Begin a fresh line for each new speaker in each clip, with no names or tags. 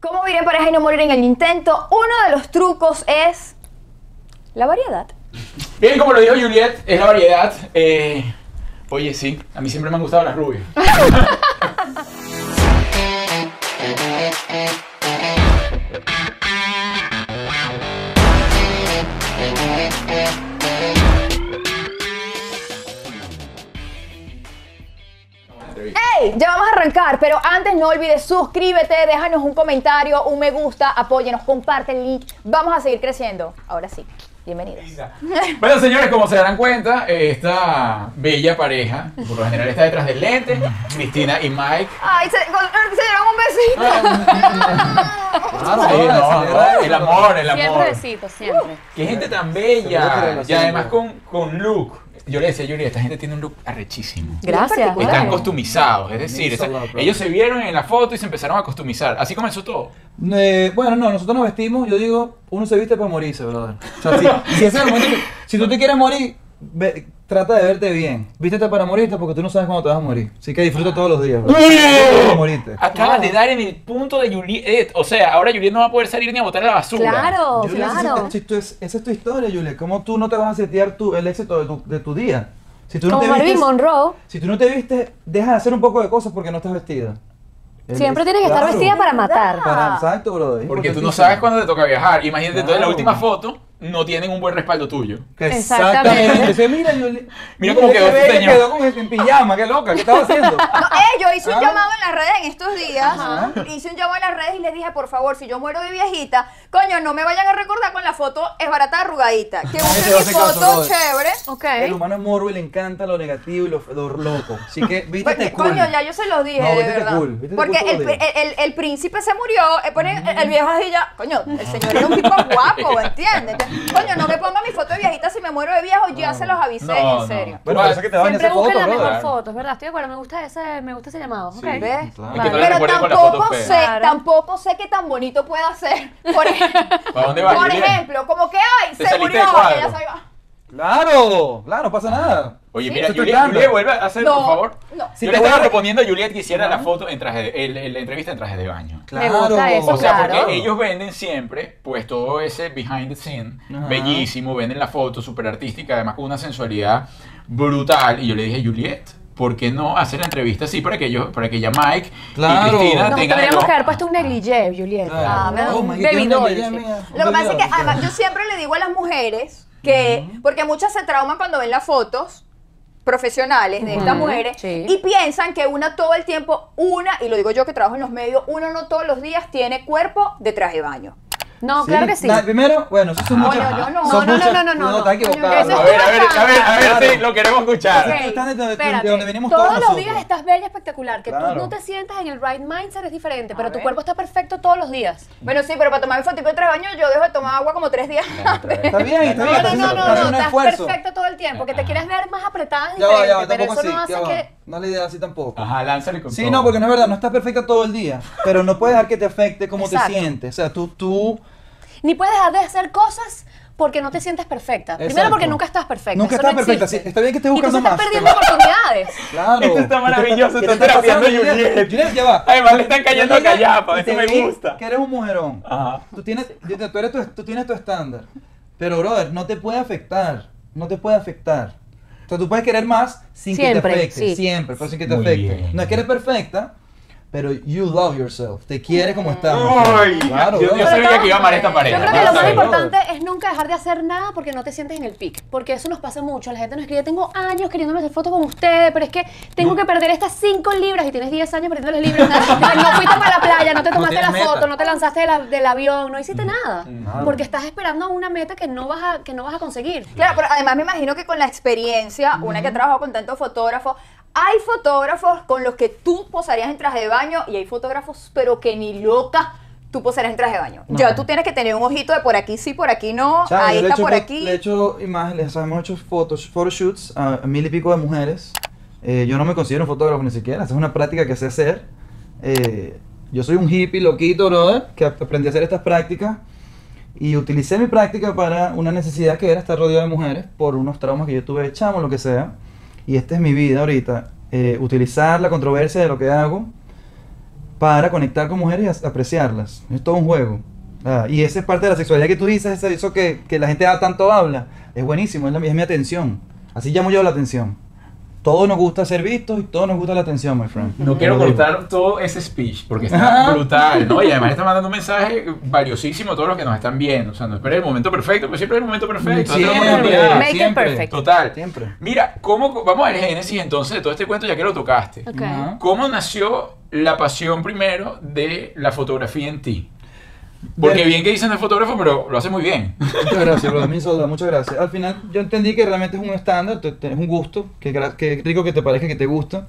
¿Cómo vivir en pareja y no morir en el intento? Uno de los trucos es la variedad.
Bien, como lo dijo Juliet, es la variedad. Eh, oye, sí, a mí siempre me han gustado las rubias.
¡Ey! Ya vamos a arrancar, pero antes no olvides suscríbete, déjanos un comentario, un me gusta, apóyenos, comparte el link. Vamos a seguir creciendo. Ahora sí, bienvenidos.
Bueno, señores, como se darán cuenta, eh, esta bella pareja, que por lo general está detrás del lente, Cristina y Mike.
¡Ay! Se, con- eh, se dieron un
Ah.
besito.
Claro, Ah, no, no, el amor, el amor.
Siempre besito, siempre.
Qué gente tan
Seguro que
bella. Y
relación,
además
¿no?
con, con look. Yo le decía a Yuri, esta gente tiene un look arrechísimo.
Gracias.
Muy
Están
Claro.
costumizados, es decir,
Needs a
o sea,
lot, bro.
ellos se vieron en la foto y se empezaron a costumizar. Así comenzó todo.
Eh, bueno, no, nosotros nos vestimos, yo digo, uno se viste para morirse, brother. O sea, si, si ese es el momento que- si tú te quieres morir, ve- trata de verte bien. Vístete para morirte porque tú no sabes cuándo te vas a morir. Así que disfruta todos los días, brother. Disfruta para morirte.
Ah,
Acabas Ah, de dar en el punto de Juliet. eh, O sea, ahora Juliet no va a poder salir ni a botar a la basura.
Claro,
Julia, esa es
oh, claro.
tu- si tú es- esa es tu historia, Julia. ¿Cómo tú no te vas a setear tu, el éxito de tu, de tu día? Si tú no
Como
te
Marilyn
vistes-
Monroe,
Si tú no te vistes, deja de hacer un poco de cosas porque no estás vestida. El-
siempre tienes que estar
Claro.
vestida para matar.
Para- exacto, brother.
Porque tú no
Importantísimo.
sabes cuándo te toca viajar. Imagínate, entonces la
Claro.
última foto no tienen un buen respaldo tuyo.
Exactamente.
Dice, mira, yo le-
Mira cómo
qué
quedó este
bella
señor.
quedó con en pijama, qué loca, ¿qué estaba haciendo?
No, eh, yo hice un
Ah.
llamado en las redes en estos días.
Ajá.
Hice un llamado en las redes y les dije, por favor, si yo muero de viejita, coño, no me vayan a recordar con la foto es barata arrugadita. Que
te
usen
va a
mi
hacer caso,
foto
brother.
chévere.
Ok.
El humano es morbo y le encanta lo negativo y lo, lo loco. Así que vístete
Porque,
cool.
coño, ya yo se los dije,
No,
de
vístete
verdad.
cool, vístete
Porque
cool
el,
todo el día.
el- el- el príncipe se murió, eh, ponen
Mm.
el, el viejo así ya, coño, el señor era un tipo guapo, ¿entiendes? Entonces, Coño, no me ponga mi foto de viejita si me muero de viejo, ya se los avisé,
No,
en serio.
Bueno, por eso es que te van a
Siempre
esa foto,
busquen la mejor
brother.
foto, es verdad. Estoy de acuerdo, me gusta ese, me gusta ese llamado. ok.
¿Ves?
claro.
Vale.
Es que no le
Pero
recuerden con la
tampoco
foto fea.
sé,
Claro.
tampoco sé qué tan bonito pueda ser. Por ejemplo,
¿Para dónde vas,
por
Juliet?
ejemplo como que, ay,
Te
se
saliste
murió,
del cuadro.
ya se iba.
Claro, claro, no pasa nada.
Oye,
Sí,
mira,
estoy
Juliet,
tratando.
Juliet, vuelve a hacer,
No,
por favor.
no.
Sí,
Yo le
te voy a
estaba
re-
proponiendo a Juliet que hiciera la foto en traje de- el- el- la entrevista en traje de baño.
Me gusta eso,
O sea,
Claro.
porque ellos venden siempre, pues todo ese behind the scene,
Ajá.
bellísimo, venden la foto, súper artística, además con una sensualidad brutal. Y yo le dije, Juliet, ¿por qué no hacer la entrevista así para que ellos, para que ya Mike y
Claro.
Cristina
Nos pues,
tengan
tendríamos
el-
que haber puesto un negligé, Julieta.
Claro.
Ah, me da
Oh,
un
my God,
baby
yo no
doll,
llegué a
sí.
mí a-
Lo que pasa es que
ah,
Olvidado.
además, yo siempre le digo a las mujeres que, porque muchas se trauman cuando ven las fotos profesionales de estas
Ujú,
mujeres
sí.
y piensan que una todo el tiempo, una, y lo digo yo que trabajo en los medios, uno no todos los días tiene cuerpo de traje de baño.
No, claro que sí.
Nah, primero, bueno, eso son
Ajá.
muchas.
No, yo
no.
son
No, no,
muchas-
no, no, no,
No,
no.
está equivocado.
Eso
A
estuvo
ver, a ver, a ver, a ver,
Claro.
sí, lo queremos escuchar.
Ok,
estás de- de- de
espérate.
donde venimos
todos
todos
los
nosotros.
días estás bella, espectacular. Que
Claro.
tú no te sientas en el right mindset es diferente,
A
pero tu
ver.
cuerpo está perfecto todos los días.
Bueno, sí, pero para tomar mi fotico de traje de baño yo dejo de tomar agua como tres días.
Está bien, está
No,
bien. está haciendo-
no, no, no,
está
no,
haciendo un
estás
esfuerzo.
perfecto todo el tiempo. Que te quieres ver más apretada es
Ya va,
diferente,
ya va,
pero
tampoco
eso
así.
no hace
ya va.
que...
No es la idea así tampoco.
Ajá, lánzale con
Sí,
todo.
no, porque no es verdad, no estás perfecta todo el día, pero no puedes dejar que te afecte cómo
Exacto.
te sientes. O sea, tú, tú
Ni puedes dejar de hacer cosas porque no te sientes perfecta. Primero
Exacto.
porque nunca estás perfecta.
Nunca
eso
estás
no
perfecta,
existe.
sí, está bien que estés buscando
y tú estás
más,
perdiendo
pero-
oportunidades.
Claro.
Esto está maravilloso, está terapiando
pasando,
Juliet.
Juliet, ya va.
Además, le están cayendo
Yo llegué
callapa,
y
eso
te
me
vi
gusta.
Que eres un mujerón.
Ajá.
Tú tienes, yo te- tú, eres tu, tú tienes tu estándar. Pero, brother, no te puede afectar. No te puede afectar. O sea, tú puedes querer más sin que
Siempre,
te afecte.
sí.
Siempre, pero sin que te
Muy
afecte.
bien.
No es que eres perfecta, pero you love yourself. Te quiere
Mm.
como estás.
Ay, yo- yo
brother.
sabía que iba a amar esta
Yo
pareja.
creo que lo
Claro.
más importante es nunca dejar de hacer nada porque no te sientes en el pic. Porque eso nos pasa mucho. La gente nos escribe, tengo años queriéndome hacer fotos con ustedes, pero es que tengo que perder estas 5 libras y tienes 10 años perdiendo las libras. Ay, no fuiste para la playa, no te
No
tomaste la
tienes meta.
foto, no te lanzaste de la- del avión, no hiciste nada.
Mm, Nada.
Porque estás esperando una meta que no vas a, que no vas a conseguir.
Claro, pero además me imagino que con la experiencia, una que ha trabajado con tantos fotógrafos, hay fotógrafos con los que tú posarías en traje de baño y hay fotógrafos, pero que ni loca tú posarías en traje de baño.
No.
Ya tú tienes que tener un ojito de por aquí sí, por aquí no,
Chao,
ahí
yo
está
le he hecho
por
fo-
aquí.
Le he hecho imágenes, o sea, hemos hecho fotos, photoshoots a, a mil y pico de mujeres. Eh, yo no me considero un fotógrafo ni siquiera, esa es una práctica que sé hacer. Eh, yo soy un hippie loquito, brother, que ap- aprendí a hacer estas prácticas. Y utilicé mi práctica para una necesidad que era estar rodeado de mujeres por unos traumas que yo tuve de chamo, lo que sea. Y esta es mi vida ahorita. eh, utilizar la controversia de lo que hago para conectar con mujeres y as- apreciarlas. Es todo un juego. Ah, y esa es parte de la sexualidad que tú dices, esa- eso que, que la gente da tanto habla. Es buenísimo, es, la- es mi atención. Así llamo yo la atención. Todos nos gusta ser vistos y todos nos gusta la atención, my friend.
No quiero
Lo digo.
cortar todo ese speech porque está brutal, ¿no? Y además está mandando un mensaje valiosísimo a todos los que nos están viendo. O sea, no esperes el momento perfecto, pues siempre hay el momento perfecto. no tenemos
Siempre,
oportunidad.
Make it
siempre.
perfect.
Total.
Siempre.
Mira, ¿cómo, vamos al génesis entonces de todo este cuento ya que lo tocaste.
Ok.
Ajá.
¿Cómo nació la pasión primero de la fotografía en ti? Porque
Del-
bien que dicen el fotógrafo, pero lo hace muy bien.
Muchas gracias, brother. Mil soldados, muchas gracias. Al final yo entendí que realmente es un estándar, te- te- es un gusto, que, gra- que rico que te parezca que te gusta.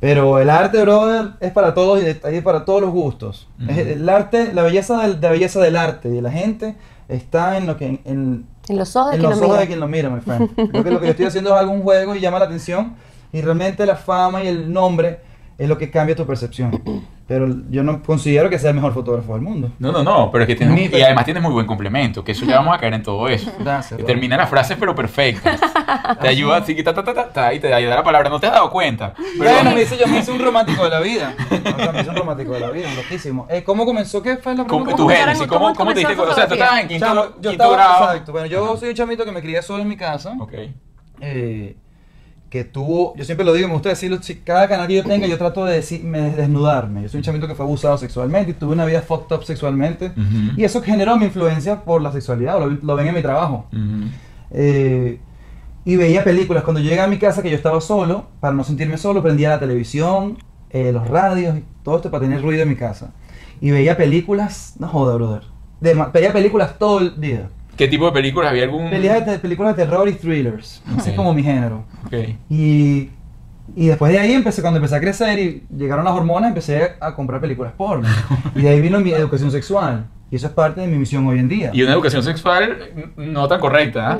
Pero el arte, brother, es para todos y de- es para todos los gustos. Es-
Ujú.
el arte, la belleza del, la belleza del arte y de la gente está en lo que en, en-
En los ojos de
en
quien
los
lo
ojos de
mira.
quien lo mira, my friend. Creo que lo que yo estoy haciendo es algún juego y llama la atención y realmente la fama y el nombre es lo que cambia tu percepción. Pero yo no considero que sea el mejor fotógrafo del mundo.
No, no, no, pero es que tienes.
Mi-
y además tienes muy buen complemento, que eso ya vamos a caer en todo eso.
Gracias.
Que
brother.
termina las frases pero perfectas. Te
Ah,
ayuda así que ta, ta, ta, ta, ta, y te ayuda la palabra. No te has dado cuenta. Pero
Bueno, me hice, yo me hice un romántico de la vida. O sea, me hice un romántico de la vida, loquísimo. Eh, ¿Cómo comenzó? ¿Qué fue la
¿cómo-
pregunta?
tu
empezaron-
génesis,
cómo
¿cómo, cómo te diste cuenta? O
comenzó
sea, tú
fotografía?
estabas en quinto,
Chamo,
quinto
yo estaba-
grado.
Exacto. Bueno, yo soy un chamito que me crié solo en mi casa.
Ok.
eh, que tuvo, yo siempre lo digo, me gusta decirlo, si cada canal que yo tenga, yo trato de decir, me- de desnudarme. Yo soy un chamito que fue abusado sexualmente y tuve una vida fucked up sexualmente.
Ujú.
Y eso generó mi influencia por la sexualidad, lo, lo ven en mi trabajo.
Ujú.
Eh, y veía películas. Cuando llegué a mi casa, que yo estaba solo, para no sentirme solo, prendía la televisión, eh, los radios, y todo esto para tener ruido en mi casa. Y veía películas, no joda, brother. De ma- veía películas todo el día.
¿Qué tipo de películas? ¿Había algún...?
Pelea de- películas de terror y thrillers. Ese
Mm. Ok.
es como mi género.
Ok.
Y, y después de ahí empecé, cuando empecé a crecer y llegaron las hormonas, empecé a, a comprar películas porno. Y de ahí vino mi educación sexual. Y eso es parte de mi misión hoy en día.
Y una educación sexual n- no tan correcta, ¿ah?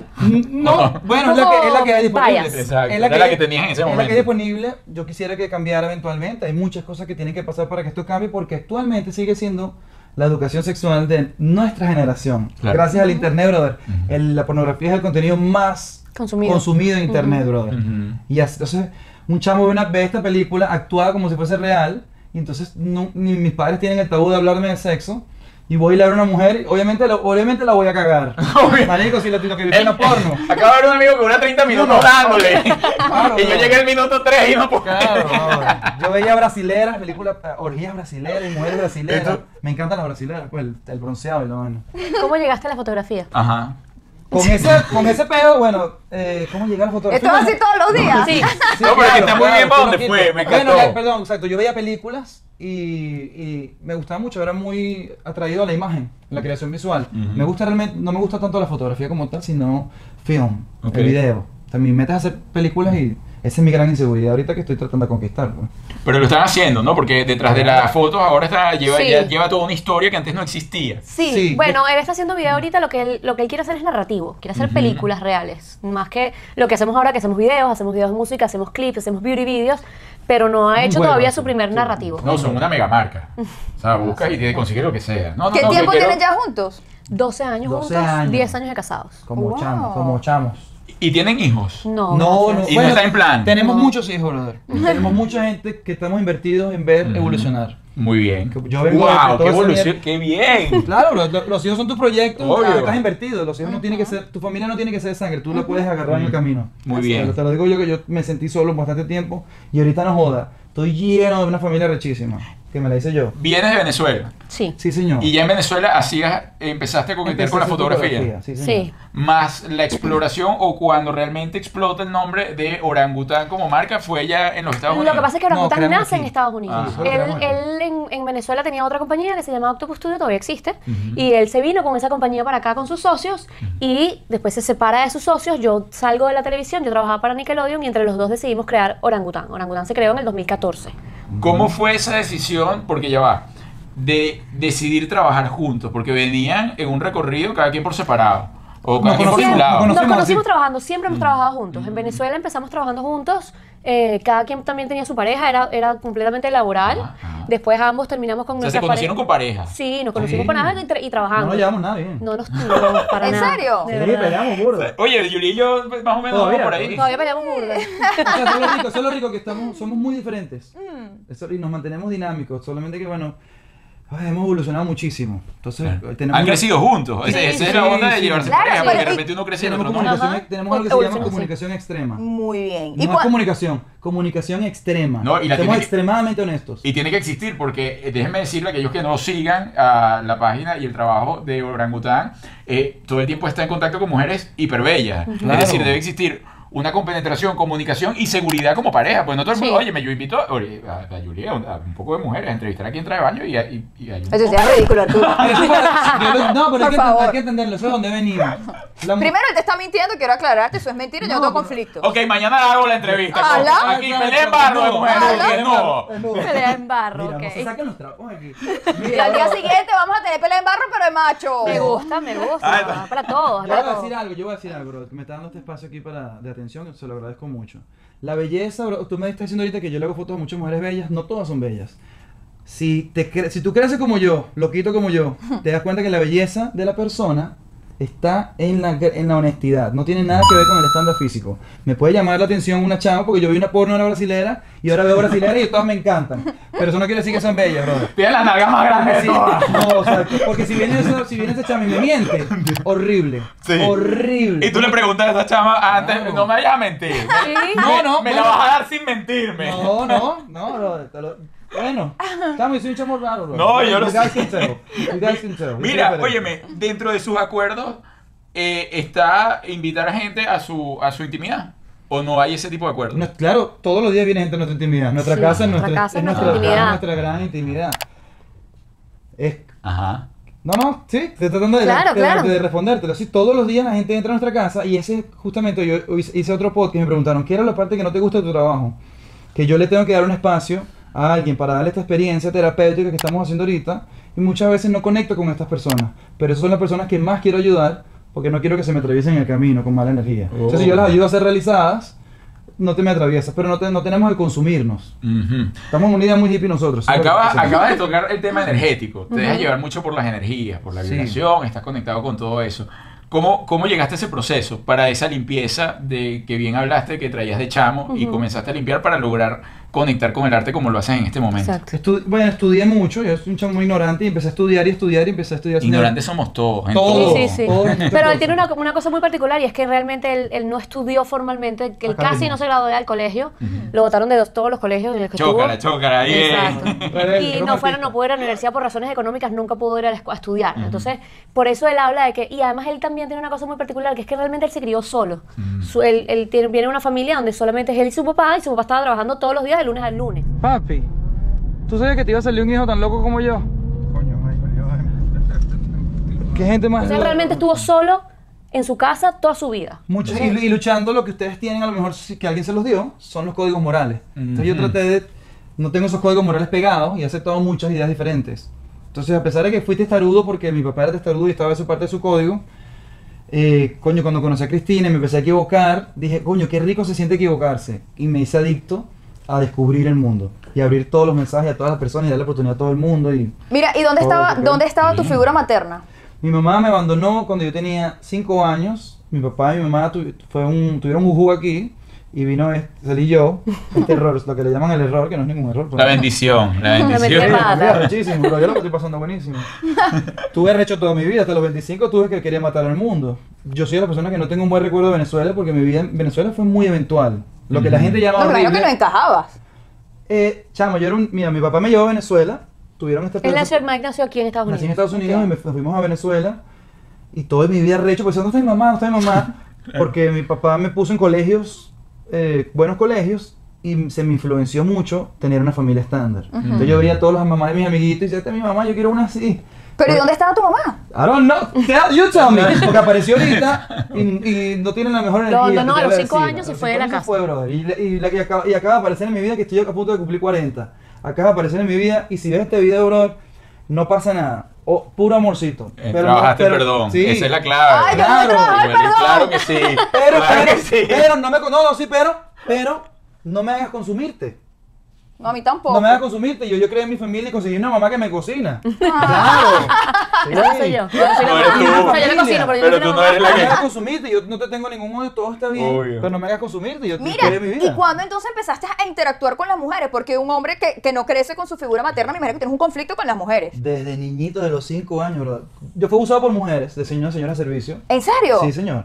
No, bueno, es la, que, es la que hay disponible.
Bias.
Exacto,
Es
era la que tenías en ese
es la que
momento.
hay disponible. Yo quisiera que cambiara eventualmente. Hay muchas cosas que tienen que pasar para que esto cambie porque actualmente sigue siendo la educación sexual de nuestra generación.
Claro.
Gracias al internet, brother. El- la pornografía es el contenido más
Consumido.
en internet, brother.
Ujú.
Y así, entonces, un chamo ve, una, ve esta película actuada como si fuese real, y entonces no- ni mis padres tienen el tabú de hablarme de sexo, y voy a hablar a una mujer, y obviamente, la- obviamente la voy a cagar.
Obvio. Eh,
Marico, si la lo que viste era porno.
Acaba de haber un amigo que dura 30 minutos
No, no.
dándole.
Claro,
y yo
no.
llegué al minuto 3 y no puedo.
Claro, ahora. yo veía brasileras, películas, eh, orgías brasileras y mujeres brasileras.
Esto-
Me encantan las brasileras, pues el, el bronceado y lo bueno.
¿Cómo llegaste a la fotografía?
Ajá.
Con ese, con ese pedo, bueno, eh, ¿cómo llegar a la fotografía?
Esto es así
Bueno,
todos los días.
Sí.
Sí,
No, pero es que está muy bien para
tú no
donde fue,
quitas.
me encantó.
Bueno, la- perdón, exacto. Yo veía películas y, y me gustaba mucho, era muy atraído a la imagen, a la creación visual.
Ujú.
Me gusta realmente, no me gusta tanto la fotografía como tal, sino film,
Ok.
el video. También metes a hacer películas y esa es mi gran inseguridad ahorita que estoy tratando de conquistar. pues.
Pero lo están haciendo, ¿no? Porque detrás de las fotos ahora está, lleva,
Sí.
ya lleva toda una historia que antes no existía.
Sí,
Sí,
bueno,
yo-
él está haciendo video ahorita, lo que él, lo que él quiere hacer es narrativo, quiere hacer películas reales, más que lo que hacemos ahora, que hacemos videos, hacemos videos de música, hacemos clips, hacemos beauty videos, pero no ha hecho
Bueno,
todavía
sí,
su primer
sí.
narrativo.
No, son una megamarca. O sea, buscas y te consigues lo que sea. No, no,
¿Qué
no, yo
tiempo
quiero-
tienen ya juntos?
12 años
12
juntos,
años.
10 años de casados.
Como
Wow.
chamos, como chamos.
¿Y tienen hijos?
No, gracias.
Y no está en plan.
Tenemos muchos hijos, brother. Tenemos mucha gente que estamos invertidos en ver
Ujú.
evolucionar.
Muy bien.
Que yo vengo de
wow,
que
qué
todo ese
evolución,
día-
qué bien.
Claro, bro, lo- los hijos son tus proyectos,
Obvio.
ah, estás invertido, los hijos no tienen que ser, tu familia no tiene que ser de sangre, tú la puedes agarrar en el camino.
Muy
Así,
bien.
Te, lo- te lo digo yo que yo me sentí solo bastante tiempo y ahorita no joda, estoy lleno de una familia rechísima, que me la hice yo.
Vienes de Venezuela.
Sí.
Sí, señor.
Y ya en Venezuela hacías, empezaste a coquetear
Empecé
con la
haciendo
fotografía.
Sí, señor.
Sí.
Más la exploración o cuando realmente explota el nombre de orangután como marca fue ya en los Estados
Lo
Unidos.
que pasa es que Orangután
creamos
nace en
aquí.
Estados Unidos.
Ajá.
Él,
Creamos aquí.
él en, en Venezuela tenía otra compañía que se llamaba Octopus Studio, todavía existe. Y él se vino con esa compañía para acá con sus socios y después se separa de sus socios. Yo salgo de la televisión, yo trabajaba para Nickelodeon y entre los dos decidimos crear Orangután. Orangután se creó en el 2014.
¿Cómo fue esa decisión? Porque ya va, de decidir trabajar juntos, porque venían en un recorrido cada quien por separado. O cada
No
quien por su
conocimos-
lado.
no
Nos
conocimos,
conocimos
sí.
trabajando, siempre hemos trabajado juntos. En Venezuela empezamos trabajando juntos, eh, cada quien también tenía su pareja, era, era completamente laboral.
Ajá, ajá.
Después ambos terminamos con
O sea, se
nuestras
conocieron
parejas.
con pareja.
Sí, nos conocimos
Ok.
con nada y, tra- y
No
trabajando.
nos llevamos nada bien.
No nos no, para
¿En
nada.
serio?
De
Sí,
verdad.
peleamos, burda.
Oye, Yuli y yo pues, más o menos
Todavía,
vamos por ahí.
Todavía peleamos burda.
O sea, eso es lo rico, eso es lo rico, que estamos, somos muy diferentes. Eso- y nos mantenemos dinámicos, solamente que, bueno, ay, hemos evolucionado muchísimo. Entonces, eh,
Claro.
tenemos...
Han crecido juntos. Ese-
Sí,
Esa es
sí,
la onda de
sí.
llevarse
Claro,
pareja,
pero-
porque de repente uno crece y el
Tenemos,
otro no.
comunicación,
Ajá.
tenemos algo que se llama
Evolucionamos, sí.
comunicación extrema.
Muy bien.
No
cua-
es comunicación, comunicación extrema.
No, y la
Somos
tiene que-
extremadamente honestos.
Y tiene que existir, porque eh, déjenme decirle a aquellos que no sigan a la página y el trabajo de Orangután, eh, todo el tiempo está en contacto con mujeres hiperbellas.
Claro.
Es decir, debe existir una compenetración, comunicación y seguridad como pareja. Pues no todo el mundo,
Sí.
oye, me yo invito a, oye, a, a Yuri, a un, a un poco de mujeres, a entrevistar a quien trae baño y, a- y, y hay un-
Eso sea ridículo, tú.
Pero eso para- yo lo- no, pero hay
Por
que, ent-
favor.
hay que entenderlo, eso es donde venimos. La mu-
Primero, él te está mintiendo, quiero aclararte, eso es mentira, yo no
No, Oh,
tengo
pero-
conflicto.
Ok, mañana hago la entrevista.
Aló.
con- Aquí
Ay,
pelea en
claro,
barro de
no,
mujeres,
aló.
porque no.
Pelea en barro,
Mira, no
ok.
se sacan los trabajos aquí.
Y
Mira,
al día
no.
siguiente vamos a tener pelea en barro, pero de macho.
Me gusta, me
Ay,
gusta. Para todos,
Yo
para
Ah, voy a decir
todos.
algo, yo voy a decir algo, bro. que Me está dando este espacio aquí para, de atención, se lo agradezco mucho. La belleza, bro, tú me estás diciendo ahorita que yo le hago fotos a muchas mujeres bellas, no todas son bellas. Si, te cre- si tú creces como yo, loquito como yo, te das cuenta que la belleza de la persona está en la, en la honestidad, no tiene nada que ver con el estándar físico. Me puede llamar la atención una chava porque yo vi una porno de una brasilera y ahora veo brasileras y todas me encantan. Pero eso no quiere decir que sean bellas, brother.
Tiene las nalgas más grandes
Sí,
de todas.
no, o sea, porque si viene, esa, si viene esa chama y me miente, horrible.
Sí.
Horrible.
Y tú le preguntas a esa chama antes,
Claro.
no me vayas a mentir.
Sí.
No, no,
Me
bueno.
la vas a dar sin mentirme.
No, no, no, bro, te lo- Bueno, estamos soy un chamo raro, bro.
No, yo
You
lo
guys
sé.
can tell. You guys can
Mira,
tell. Yo soy diferente.
óyeme, dentro de sus acuerdos eh, está invitar a gente a su, a su intimidad. ¿O no hay ese tipo de acuerdos?
No, claro, todos los días viene gente a nuestra intimidad. Nuestra
Sí,
casa es
nuestra
nuestra,
casa es
nuestra,
nuestra intimidad.
nuestra gran intimidad. Es,
Ajá.
no, no, sí, estoy tratando de,
Claro,
de-
claro.
de respondértelo. Sí, todos los días la gente entra a nuestra casa y ese justamente yo hice hice otro podcast y me preguntaron, ¿qué era la parte que no te gusta de tu trabajo? que yo le tengo que dar un espacio a alguien para darle esta experiencia terapéutica que estamos haciendo ahorita y muchas veces no conecto con estas personas, pero esas son las personas que más quiero ayudar porque no quiero que se me atraviesen en el camino con mala energía.
Oh.
Entonces si yo las ayudo a ser realizadas, no te me atraviesas, pero no, te- no tenemos que consumirnos.
Ujú.
Estamos en una idea muy hippie nosotros. ¿sabes?
Acabas,
Sí.
acabas de tocar el tema energético. Te dejas llevar mucho por las energías, por la
Sí.
vibración, estás conectado con todo eso. ¿Cómo, ¿Cómo llegaste a ese proceso para esa limpieza de que bien hablaste, que traías de chamo y comenzaste a limpiar para lograr conectar con el arte como lo haces en este momento?
Exacto.
Estu- bueno, estudié mucho, yo soy un chamo muy ignorante y empecé a estudiar y estudiar y empecé a estudiar.
Ignorantes somos todos. en
Todos.
todo.
Sí, sí, sí.
Todo esto
Pero
cosa.
él tiene una, una cosa muy particular y es que realmente él, él no estudió formalmente, que él
Academia.
casi no se graduó del colegio. Lo votaron de dos- todos los colegios en los que
Chócala,
estuvo.
chócala, bien.
Exacto.
Pero él
Y
era un
no fueron,
artista.
no pudo ir a la universidad por razones económicas, nunca pudo ir a, la escu- a estudiar. Entonces, por eso él habla de que, y además él también tiene una cosa muy particular, que es que realmente él se crió solo. Su- él él tiene, viene de una familia donde solamente es él y su papá, y su papá estaba trabajando todos los días, de lunes a lunes.
Papi, ¿tú sabías que te iba a salir un hijo tan loco como yo? ¿Qué gente más?
O sea,
loca?
realmente estuvo solo en su casa toda su vida.
Muchos, y, y luchando lo que ustedes tienen, a lo mejor si- que alguien se los dio, son los códigos morales. Entonces yo
Ujú.
traté de, no tengo esos códigos morales pegados y he aceptado muchas ideas diferentes. Entonces a pesar de que fui testarudo, porque mi papá era testarudo y estaba eso parte de su código, eh, coño, cuando conocí a Cristina y me empecé a equivocar, dije, coño, qué rico se siente equivocarse. Y me hice adicto a descubrir el mundo y abrir todos los mensajes a todas las personas y darle oportunidad a todo el mundo. Y
Mira, ¿y dónde
Oh,
estaba,
qué
dónde estaba tu
bien.
figura materna?
mi mamá me abandonó cuando yo tenía 5 años. Mi papá y mi mamá tu- fue un, tuvieron un jugo aquí y vino, este, salí yo, este error, lo que le llaman el error, que no es ningún error.
La bendición, la
metí
bendición.
mano.
Mira, muchísimo, bro, yo lo estoy pasando buenísimo. Tuve recho toda mi vida, hasta los 25 tuve que quería matar al mundo. Yo soy de las personas que no tengo un buen recuerdo de Venezuela porque mi vida en Venezuela fue muy eventual. Lo que la gente
No,
llama
Pues me imagino que
horrible.
no encajabas.
Eh, chamo, yo era un, mira, mi papá me llevó a Venezuela, tuvieron este
Él
pedazo-
nació, Mike nació aquí en Estados Unidos.
Nací en Estados Unidos
Ok.
y me nos fuimos a Venezuela y todo mi vida recho pensando, ¿dónde está mi mamá? ¿Dónde está mi mamá? Porque mi papá me puso en colegios, eh, buenos colegios, y se me influenció mucho tener una familia estándar. Entonces yo veía a todas las mamás de mis amiguitos y decía, esta es mi mamá, yo quiero una así.
Pero ¿y
Pues,
dónde estaba tu mamá?
I don't know, Tell- you tell me. Porque apareció ahorita y, y no tiene la mejor energía.
Lo
que
abandonó
te
a los
voy
cinco
decir.
años
A
y
los
fue de
cinco
la
años
casa.
fue, brother. Y, la- y la que acaba, y acaba de aparecer en mi vida que estoy a punto de cumplir 40. Acaba de aparecer en mi vida y si ves este video, brother, no pasa nada. o puro amorcito.
Eh,
Pero no-
trabajaste
pero-
perdón.
sí.
Esa es la clave.
Ay, yo no voy a
Claro,
trabajar,
Igual,
perdón.
Claro que sí.
Pero,
claro
pero,
que sí.
pero, no me con- no, no, sí, pero, pero, no me hagas consumirte.
No, a mí tampoco.
No me hagas consumirte. Yo, yo creé en mi familia y conseguí una mamá que me cocina.
Eso
Claro.
no Ah, soy yo.
Sí.
Yo no soy
No
la
eres
mamá.
tú.
O sea, yo le cocino, pero yo
Pero
no soy
tú
la
no
mamá.
eres
No
la
me
que.
hagas consumirte. Yo no te tengo ningún odio, todo está bien.
Obvio.
Pero no me hagas consumirte. Yo
Mira,
creé mi vida.
¿y cuándo entonces empezaste a interactuar con las mujeres? Porque un hombre que, que no crece con su figura materna, me imagino que tienes un conflicto con las mujeres.
Desde niñito, de los 5 años, ¿verdad? Yo fui abusado por mujeres, de señora a señora de servicio.
¿En serio?
Sí, señor.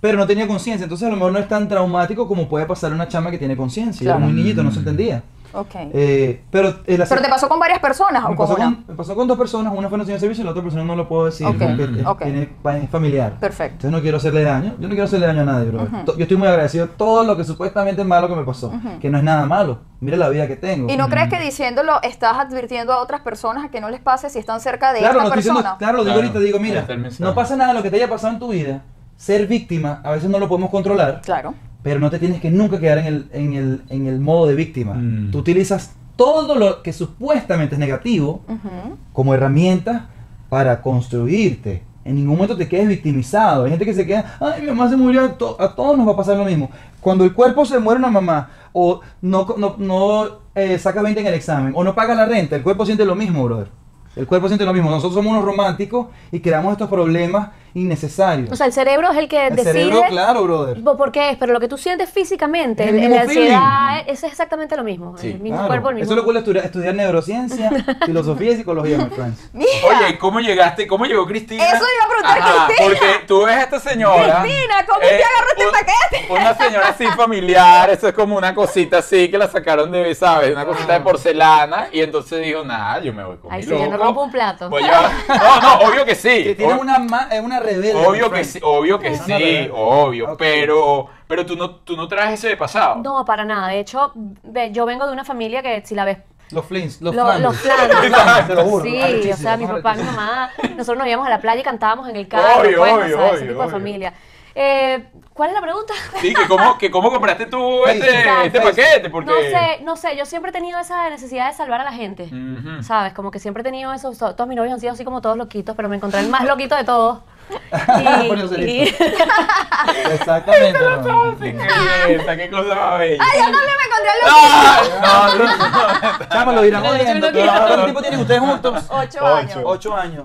Pero no tenía conciencia, entonces a lo mejor no es tan traumático como puede pasar a una chama que tiene conciencia. Yo Era
Claro.
muy niñito, no se entendía.
Ok.
Eh, pero, el hacer-
¿Pero te pasó con varias personas Ah, o
me
con
pasó,
una?
con, me pasó con dos personas, una fue una señora de servicio y la otra persona no lo puedo decir
Ok,
porque es-
ok.
tiene- es familiar.
Perfecto.
Entonces no quiero hacerle daño, yo no quiero hacerle daño a nadie, bro.
Ujú.
To- Yo estoy muy agradecido de todo lo que supuestamente es malo que me pasó,
Ujú.
que no es nada malo. Mira la vida que tengo.
¿Y no crees que diciéndolo estás advirtiendo a otras personas a que no les pase si están cerca de
Claro, no
esta
estoy
persona?
diciendo- claro, lo digo
Claro,
ahorita, digo,
ahí
mira,
está el mensaje.
no pasa nada de lo que te haya pasado en tu vida. Ser víctima, a veces no lo podemos controlar.
Claro.
Pero no te tienes que nunca quedar en el, en el, en el modo de víctima.
Mm.
Tú utilizas todo lo que supuestamente es negativo
Ujú.
como herramienta para construirte. En ningún momento te quedes victimizado. Hay gente que se queda, ay, mi mamá se murió, a, to- a todos nos va a pasar lo mismo. Cuando el cuerpo se muere una mamá, o no, co- no, no eh, saca 20 en el examen, o no paga la renta, el cuerpo siente lo mismo, brother. El cuerpo siente lo mismo. Nosotros somos unos románticos y creamos estos problemas innecesarios.
O sea, el cerebro es el que
el
decide.
cerebro, claro, brother.
Bo- ¿Por qué es? Pero lo que tú sientes físicamente,
Es el
el-
mismo
la ansiedad,
feeling.
eso es exactamente lo mismo.
Sí,
el mismo
Claro.
cuerpo, el mismo.
Eso es lo cool de estudiar, estudiar neurociencia, filosofía y psicología, my friends.
Oye, ¿y ¿cómo llegaste? ¿Cómo llegó Cristina?
Eso iba a preguntar, Cristina.
Porque tú ves a esta señora. eh,
Cristina, ¿cómo es que agarró este
un-
paquete?
Una señora así familiar, eso es como una cosita así que la sacaron de, ¿sabes? Una cosita de porcelana. Y entonces dijo, nada, yo me voy con
Ay,
mi
sí, yo no
loco.
rompo un plato.
Voy a- No, no, obvio que sí.
Que tiene
Ob-
una, ma- eh, una rebelde.
Obvio
my
que
friend.
sí, obvio que
Es una
sí,
rebelde.
obvio.
Ok.
Pero, pero tú no, tú no traes ese de pasado.
No, para nada. De hecho, ve, yo vengo de una familia que si la ves
Los flins, los
Lo-
flanders.
los flanders.
Los flanders, te lo juro.
Sí, o
Arrechísimo,
sea, mi papá, mi
arrechísimo.
mamá, nosotros nos íbamos a la playa y cantábamos en el carro,
Obvio,
pues,
obvio,
o sea, ese
obvio,
tipo
obvio.
de familia. Eh, ¿Cuál es la pregunta?
Sí, que cómo, que cómo compraste tú
Ay, pues.
este,
exacto.
este paquete, porque...
No sé, no sé, yo siempre he tenido esa necesidad de salvar a la gente,
Mm.
Ujú.
¿sabes? Como que siempre he tenido eso, so- todos mis novios han sido así como todos loquitos, pero me encontré el más loquito de todos. Y-
Por eso
y-
Exactamente. hermano.
Qué belleza, qué cosa más bella.
Ay, yo también me encontré a los
Ah, no, no, no.
Chama, lo dirán
No, yo
oyendo.
no quiero.
¿Cuánto tiempo tienen ustedes juntos?
ocho,
Ocho.
años.
Ocho años.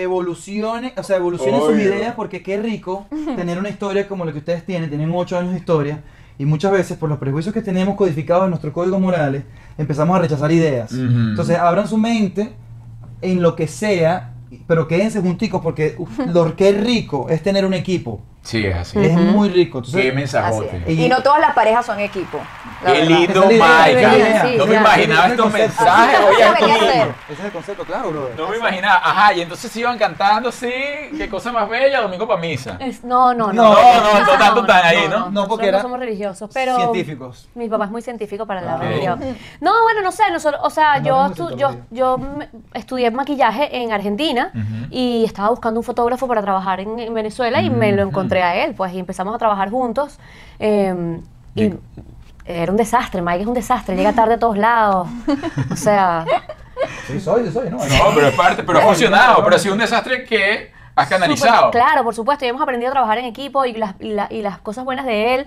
Evolucione, o sea, evolucionen sus
Obvio.
ideas porque qué rico tener una historia como la que ustedes tienen, tienen ocho años de historia y muchas veces por los prejuicios que tenemos codificados en nuestros códigos morales empezamos a rechazar ideas.
Ujú.
Entonces abran su mente en lo que sea, pero quédense junticos porque uf, lo que es rico es tener un equipo,
Sí, es así.
es muy rico. Entonces,
Qué
Así
mensajote.
es. Y no todas las parejas son equipo. la
Qué
verdad.
lindo,
Esa es la idea,
esa es la
Maica.
idea,
No
sí,
me
ya.
imaginaba estos
Ese es el concepto.
mensajes hoy
Así debería
aquí.
ser.
Ese es el concepto, claro, brother.
No me imaginaba. Ajá, y entonces iban cantando así. Qué cosa más bella, domingo para misa.
es- no, no, no.
No, no,
total, total, ahí, ¿no?
No, porque
nosotros
era
no somos religiosos, pero...
Científicos.
Mi papá es muy científico para la
Ah.
religión. No, bueno, no sé, nosotros, o sea,
No,
yo,
no es
estu- yo,
científico.
yo me- estudié maquillaje en Argentina
Ujú.
y estaba buscando un fotógrafo para trabajar en, en Venezuela y me lo encontré a él, pues, y empezamos a trabajar juntos. eh, y
Bien.
era un desastre, Mike es un desastre, llega tarde a todos lados. O sea,
Sí, soy, sí, soy, no.
No, pero es parte, pero ha funcionado. Pero ha sido un desastre que has canalizado.
Súper, claro, por supuesto, y hemos aprendido a trabajar en equipo y las, y la- y las cosas buenas de él,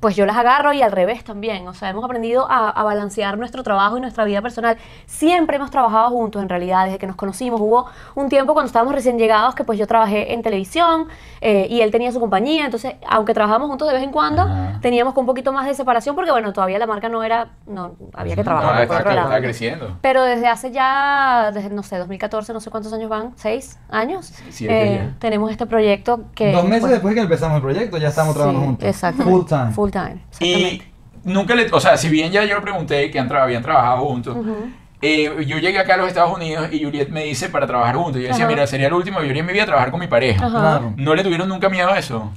pues yo las agarro y al revés también. O sea, hemos aprendido a, a balancear nuestro trabajo y nuestra vida personal. Siempre hemos trabajado juntos, en realidad, desde que nos conocimos. Hubo un tiempo cuando estábamos recién llegados que pues yo trabajé en televisión eh, y él tenía su compañía. Entonces, aunque trabajamos juntos de vez en cuando,
Ajá.
teníamos con un poquito más de separación porque, bueno, todavía la marca no era, no, había que trabajar.
No,
por
está,
otro lado.
está creciendo.
Pero desde hace ya, desde, no sé, 2014, no sé cuántos años van, seis años,
Siete ya.
tenemos este proyecto que...
Dos meses
pues,
después que empezamos el proyecto, ya estamos trabajando
sí,
juntos.
Exactamente.
Full time.
Full time,
Y
exactamente.
nunca le, o sea, si bien ya yo le pregunté que han tra- habían trabajado juntos, eh, yo llegué acá a los Estados Unidos y Juliet me dice para trabajar juntos. Yo decía,
Ajá.
mira, sería el último que yo haría en mi vida trabajar con mi pareja.
Ajá.
Claro.
No le tuvieron nunca miedo a eso.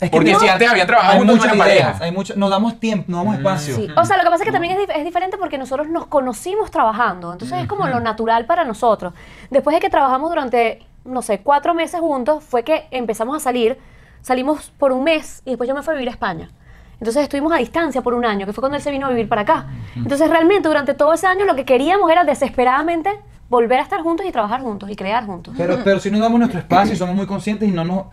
Es que
Porque
no-
si antes habían trabajado
hay
juntos, no
muchas
eran
ideas,
pareja.
hay mucho, nos damos tiempo, nos damos espacio.
Sí. O sea, lo que pasa es que también es, dif- es diferente porque nosotros nos conocimos trabajando, entonces es como lo natural para nosotros. Después de que trabajamos durante, no sé, cuatro meses juntos, fue que empezamos a salir, salimos por un mes y después yo me fui a vivir a España. Entonces estuvimos a distancia por un año, que fue cuando él se vino a vivir para acá. Entonces realmente durante todo ese año lo que queríamos era desesperadamente volver a estar juntos y trabajar juntos y crear juntos.
Pero, pero si nos damos nuestro espacio y somos muy conscientes y no nos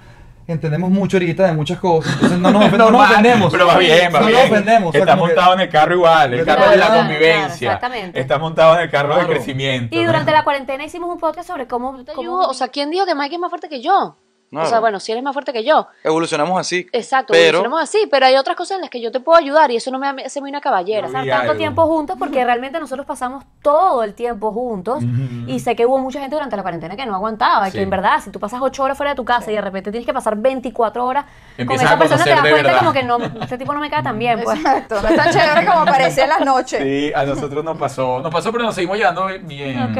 entendemos mucho ahorita de muchas cosas, entonces no nos, ofen-
Pues
no nos
Normal,
ofendemos.
Pero va bien, va
no
bien.
nos ofendemos. o sea,
Está
como que- Pues
montado en el carro igual, el
Claro,
carro de la
claro,
convivencia.
exactamente.
Está montado en el carro de
Claro.
crecimiento.
Y
¿no?
durante la cuarentena hicimos un podcast sobre cómo... cómo o sea, ¿quién dijo que Mike es más fuerte que yo?
Claro. sea, bueno,
si él es más fuerte que yo.
Evolucionamos así.
Exacto,
Pero
evolucionamos así, pero hay otras cosas en las que yo te puedo ayudar y eso no me hace muy una caballera.
Yo
Pasar
vi
tanto
algo.
tiempo juntos porque realmente nosotros pasamos todo el tiempo juntos
Ujú.
y sé que hubo mucha gente durante la cuarentena que no aguantaba, y
Sí.
que en verdad si tú pasas 8 horas fuera de tu casa y de repente tienes que pasar 24 horas
Empiezas
con
a
esa persona te
conocer
das
de
cuenta
verdad.
como que no, este tipo no me cae tan bien, pues.
Exacto, no es tan chévere como parece en las noches.
Sí, a nosotros nos pasó. Nos pasó, pero nos seguimos llevando bien.
Ok,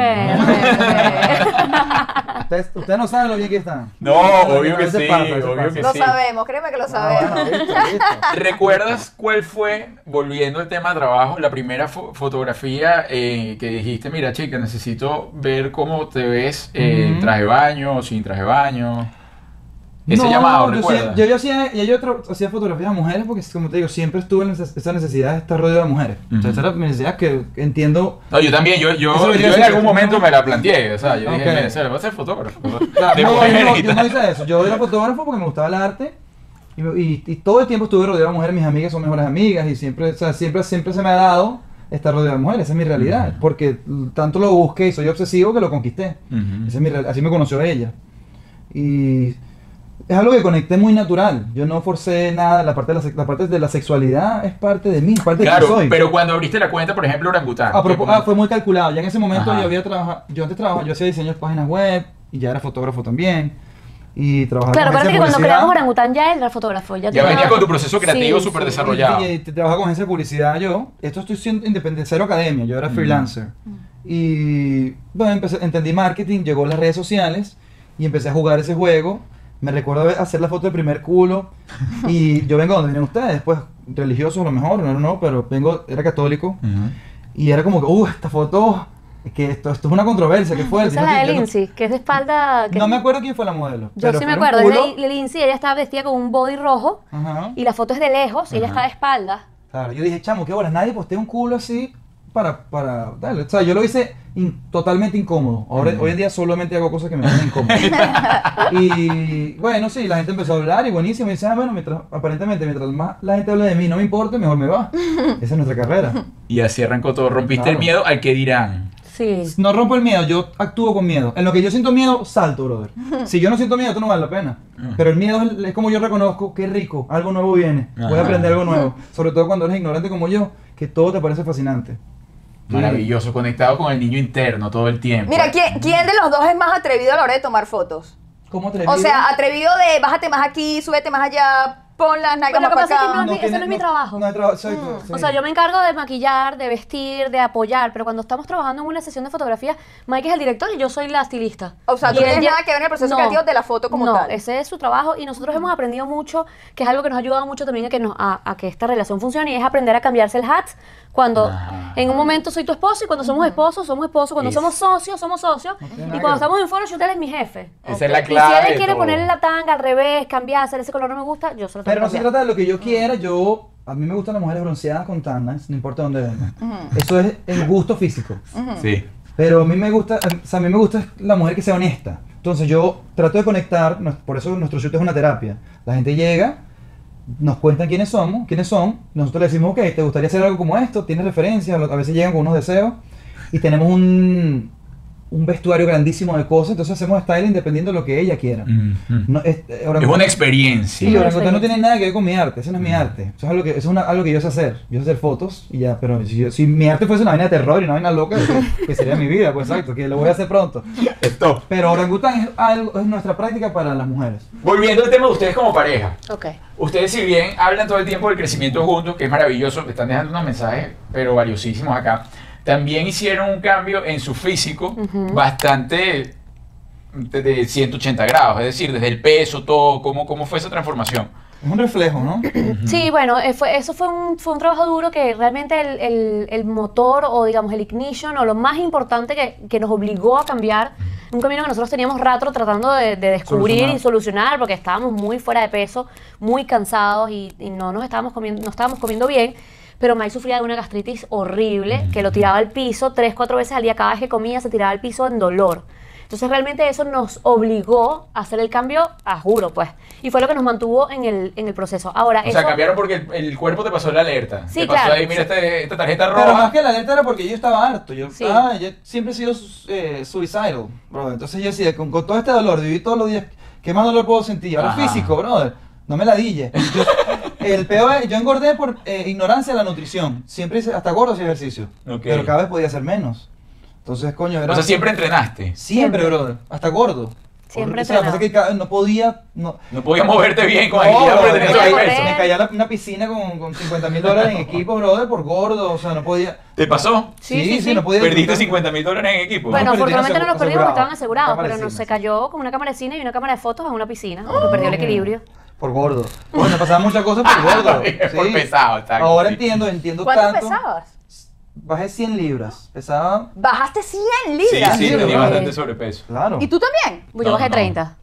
Eh,
ok.
Ustedes, ustedes no saben lo bien que están.
No, obvio que
Ese
sí,
pasa, ese
obvio
pasa.
que
Lo
sí.
sabemos, créeme que lo
Ah,
sabemos.
bueno, listo, listo.
¿Recuerdas cuál fue, volviendo al tema de trabajo, la primera fo- fotografía eh, que dijiste, mira chica, necesito ver cómo te ves eh,
Ujú.
traje de baño, sin traje de baño? Ese
No,
llamado,
yo
¿recuerdas?
sí- Yo, yo hacía, yo, yo tra- hacía fotografías a mujeres porque, como te digo, siempre estuve en esa esa necesidad de estar rodeado de mujeres. O sea,
Ujú.
esa era mi necesidad que entiendo.
No, yo también, yo, yo,
Eso lo
yo
quería
en
decir,
algún
¿no?
momento me la planteé, o sea, yo
Ok.
dije, "Mira, se la voy a ser fotógrafo.
Claro,
de
no, yo,
mujeres
no,
y
yo no
tal".
hice eso. Yo era fotógrafo porque me gustaba el arte. Y, y- y todo el tiempo estuve rodeado de mujeres. Mis amigas son mejores amigas. Y siempre, o sea, siempre, siempre se me ha dado estar rodeado de mujeres. Esa es mi realidad. Porque tanto lo busqué y soy obsesivo que lo conquisté.
Ujú.
Esa es mi real- así me conoció ella. Y es algo que conecté muy natural. Yo no forcé nada. La parte de la, sex- la parte de la sexualidad es parte de mí, es parte de
Claro,
quién soy.
pero cuando abriste la cuenta, por ejemplo, Orangután.
A propó-
que-
ah, fue muy calculado. Ya en ese momento
Ajá.
yo había trabajado. Yo antes trabajaba, yo hacía diseño de páginas web y ya era fotógrafo también. Y trabajaba
Claro,
con
acuérdate
agencias
que cuando
de publicidad.
creamos Orangután ya él era fotógrafo. Ya,
Ya
tenía-
venía con tu proceso creativo
Sí,
súper
sí.
desarrollado.
Y, y te- trabajaba con agencia de publicidad yo. Esto estoy siendo independiente, cero academia, yo era
Mm.
freelancer. Y bueno, empecé, entendí marketing, llegó las redes sociales y empecé a jugar ese juego. Me recuerdo ver- hacer la foto del primer culo. Y yo vengo de donde vienen ustedes, pues religiosos a lo mejor, no, no, no, pero vengo, era católico.
Ujú.
Y era como que, uh, esta foto, que esto, esto es una controversia, que fuerte.
Esa es
Yo no-
la de
yo no-
Lindsay, que es de espalda... que
No
es-
me acuerdo quién fue la modelo.
Yo
pero
sí me
fue un
acuerdo, es
culo.
de Lindsay, ella estaba vestida con un body rojo
Ajá.
y la foto es de lejos, y ella está de espalda.
Claro, yo dije, chamo, qué bolas, nadie postea un culo así para, para darle. O sea, yo lo hice in- totalmente incómodo. Ahora, Hoy en día solamente hago cosas que me hacen incómodo. y bueno, sí, la gente empezó a hablar y buenísimo. Y dice, ah, bueno, mientras, aparentemente, mientras más la gente habla de mí, no me importa, mejor me va. Esa es nuestra carrera.
Y así arrancó todo. Rompiste
Claro.
el miedo al que dirán.
Sí.
Pues, No rompo el miedo, yo actúo con miedo. En lo que yo siento miedo, salto, brother. Si yo no siento miedo, esto no vale la pena. Pero el miedo es, es como yo reconozco, qué rico, algo nuevo viene. Voy
Ajá.
a aprender algo nuevo. Sobre todo cuando eres ignorante como yo, que todo te parece fascinante.
Maravilloso, conectado con el niño interno todo el tiempo.
Mira, ¿quién, ¿quién de los dos es más atrevido a la hora de tomar fotos?
¿Cómo atrevido?
O
ah,
sea, atrevido de bájate más aquí, súbete más allá, pon las nalgas
Bueno, lo
más
que
para
pasa es que
acá.
no- ese es mi trabajo. Mm,
No es trabajo, exacto, sí.
O sea, yo me encargo de maquillar, de vestir, de apoyar, pero cuando estamos trabajando en una sesión de fotografía, Mike es el director y yo soy la estilista.
O sea, tú
Y
no tienes
él ya-
nada que ver en el proceso creativo de la foto como
no,
tal.
ese es su trabajo y nosotros hemos aprendido mucho, que es algo que nos ha ayudado mucho también a que, nos, a, a que esta relación funcione y es aprender a cambiarse el hat cuando
Ah.
en un momento soy tu esposo y cuando somos esposos, somos esposos, cuando
Es-
somos socios, somos socios
tiene
y
nada que
cuando
ver.
estamos en photoshoot él es mi jefe.
Esa es la
Y
clave.
si
de
él quiere
todo.
ponerle la tanga al revés, cambiar, hacer ese color no me gusta, yo se lo tengo
Pero
que
no se
cambiar.
trata de lo que yo quiera, yo... A mí me gustan las mujeres bronceadas con tandas, no importa dónde vengan. Eso es el gusto físico.
Sí.
Pero a mí me gusta, eh, o sea, a mí me gusta la mujer que sea honesta. Entonces yo trato de conectar, nos- por eso nuestro shoot es una terapia. La gente llega, nos cuentan quiénes somos, quiénes son, nosotros le decimos, ok, ¿te gustaría hacer algo como esto? ¿Tienes referencias? A veces llegan con unos deseos y tenemos un, un vestuario grandísimo de cosas, entonces hacemos styling dependiendo de lo que ella quiera.
Ujú.
No, es, eh, ahora-
Mm. Es una
Sí,
experiencia.
orangután no tiene nada que ver con mi arte, ese no es mi arte. Eso es algo que, eso es una- algo que yo sé hacer. Yo sé hacer fotos y ya, pero si, yo- si mi arte fuese una vaina de terror y una vaina loca, que, que sería mi vida, pues exacto, que lo voy a hacer pronto.
Esto.
Pero orangután es, algo, es nuestra práctica para las mujeres.
Volviendo al tema de ustedes como pareja.
Ok.
Ustedes si bien hablan todo el tiempo del crecimiento juntos, que es maravilloso, que están dejando unos mensajes, pero valiosísimos acá, también hicieron un cambio en su físico bastante de- de 180 grados, es decir, desde el peso, todo, cómo, cómo fue esa transformación.
Es un reflejo, ¿no?
Sí, bueno, eh, fue- eso fue un, fue un trabajo duro que realmente el, el- el motor o digamos el ignition o lo más importante que, que nos obligó a cambiar un camino que nosotros teníamos rato tratando de, de descubrir
Solucionar.
y solucionar porque estábamos muy fuera de peso, muy cansados y, y no nos estábamos comiendo, no estábamos comiendo bien. Pero Mike sufría de una gastritis horrible que lo tiraba al piso tres, cuatro veces al día. Cada vez que comía se tiraba al piso en dolor. Entonces realmente eso nos obligó a hacer el cambio a juro, pues. Y fue lo que nos mantuvo en el, en el proceso. Ahora,
O
Ah, eso-
sea, cambiaron porque el, el cuerpo te pasó la alerta.
Sí,
te pasó
claro.
ahí, mira este- esta tarjeta
Pero más
roja.
que la alerta era porque yo estaba harto. Yo,
Sí.
ah, yo siempre he sido su- eh, suicidal, brother. Entonces yo decía, con, con todo este dolor, viví todos los días, ¿qué más dolor puedo sentir? Ahora
Ajá.
físico, brother. No me la dille. Yo- el peor es, yo engordé por eh, ignorancia de la nutrición. Siempre hice, hasta gordo hacía ejercicio.
Ok.
Pero cada vez podía hacer menos. Entonces, coño, era...
O sea, siempre entrenaste.
Siempre, brother. Hasta gordo.
Siempre
O sea, lo que pasa
entrenaba.
es que cada- no podía... No,
No podías moverte bien con
no,
agilidad
brother,
porque tenías
me,
todo el
correr.
peso.
me caía a la- una piscina con, con 50 mil dólares en equipo, brother, por gordo. O sea, no podía...
¿Te pasó?
Sí, sí,
sí, sí.
no podía...
Perdiste
disfrutar.
50 mil dólares en equipo.
Bueno,
pero tiene
afortunadamente no nos
asegu-
perdimos porque estaban
asegurado,
asegurados, pero
cámara de
nos se
cine.
cayó con una cámara de cine y una cámara de fotos a una piscina, porque perdió el equilibrio.
Por gordo. Bueno, pasaba muchas cosas por gordo.
Ah, Por pesado, exacto,
Ahora
sí.
entiendo, entiendo
¿Cuánto
tanto.
pesabas?
Bajé 100 libras. Pesaba,
Bajaste 100
Sí,
libras.
sí,
Sí,
tenía
bro.
bastante sobrepeso.
claro.
¿Y tú también?
Yo
No,
bajé
no.
30.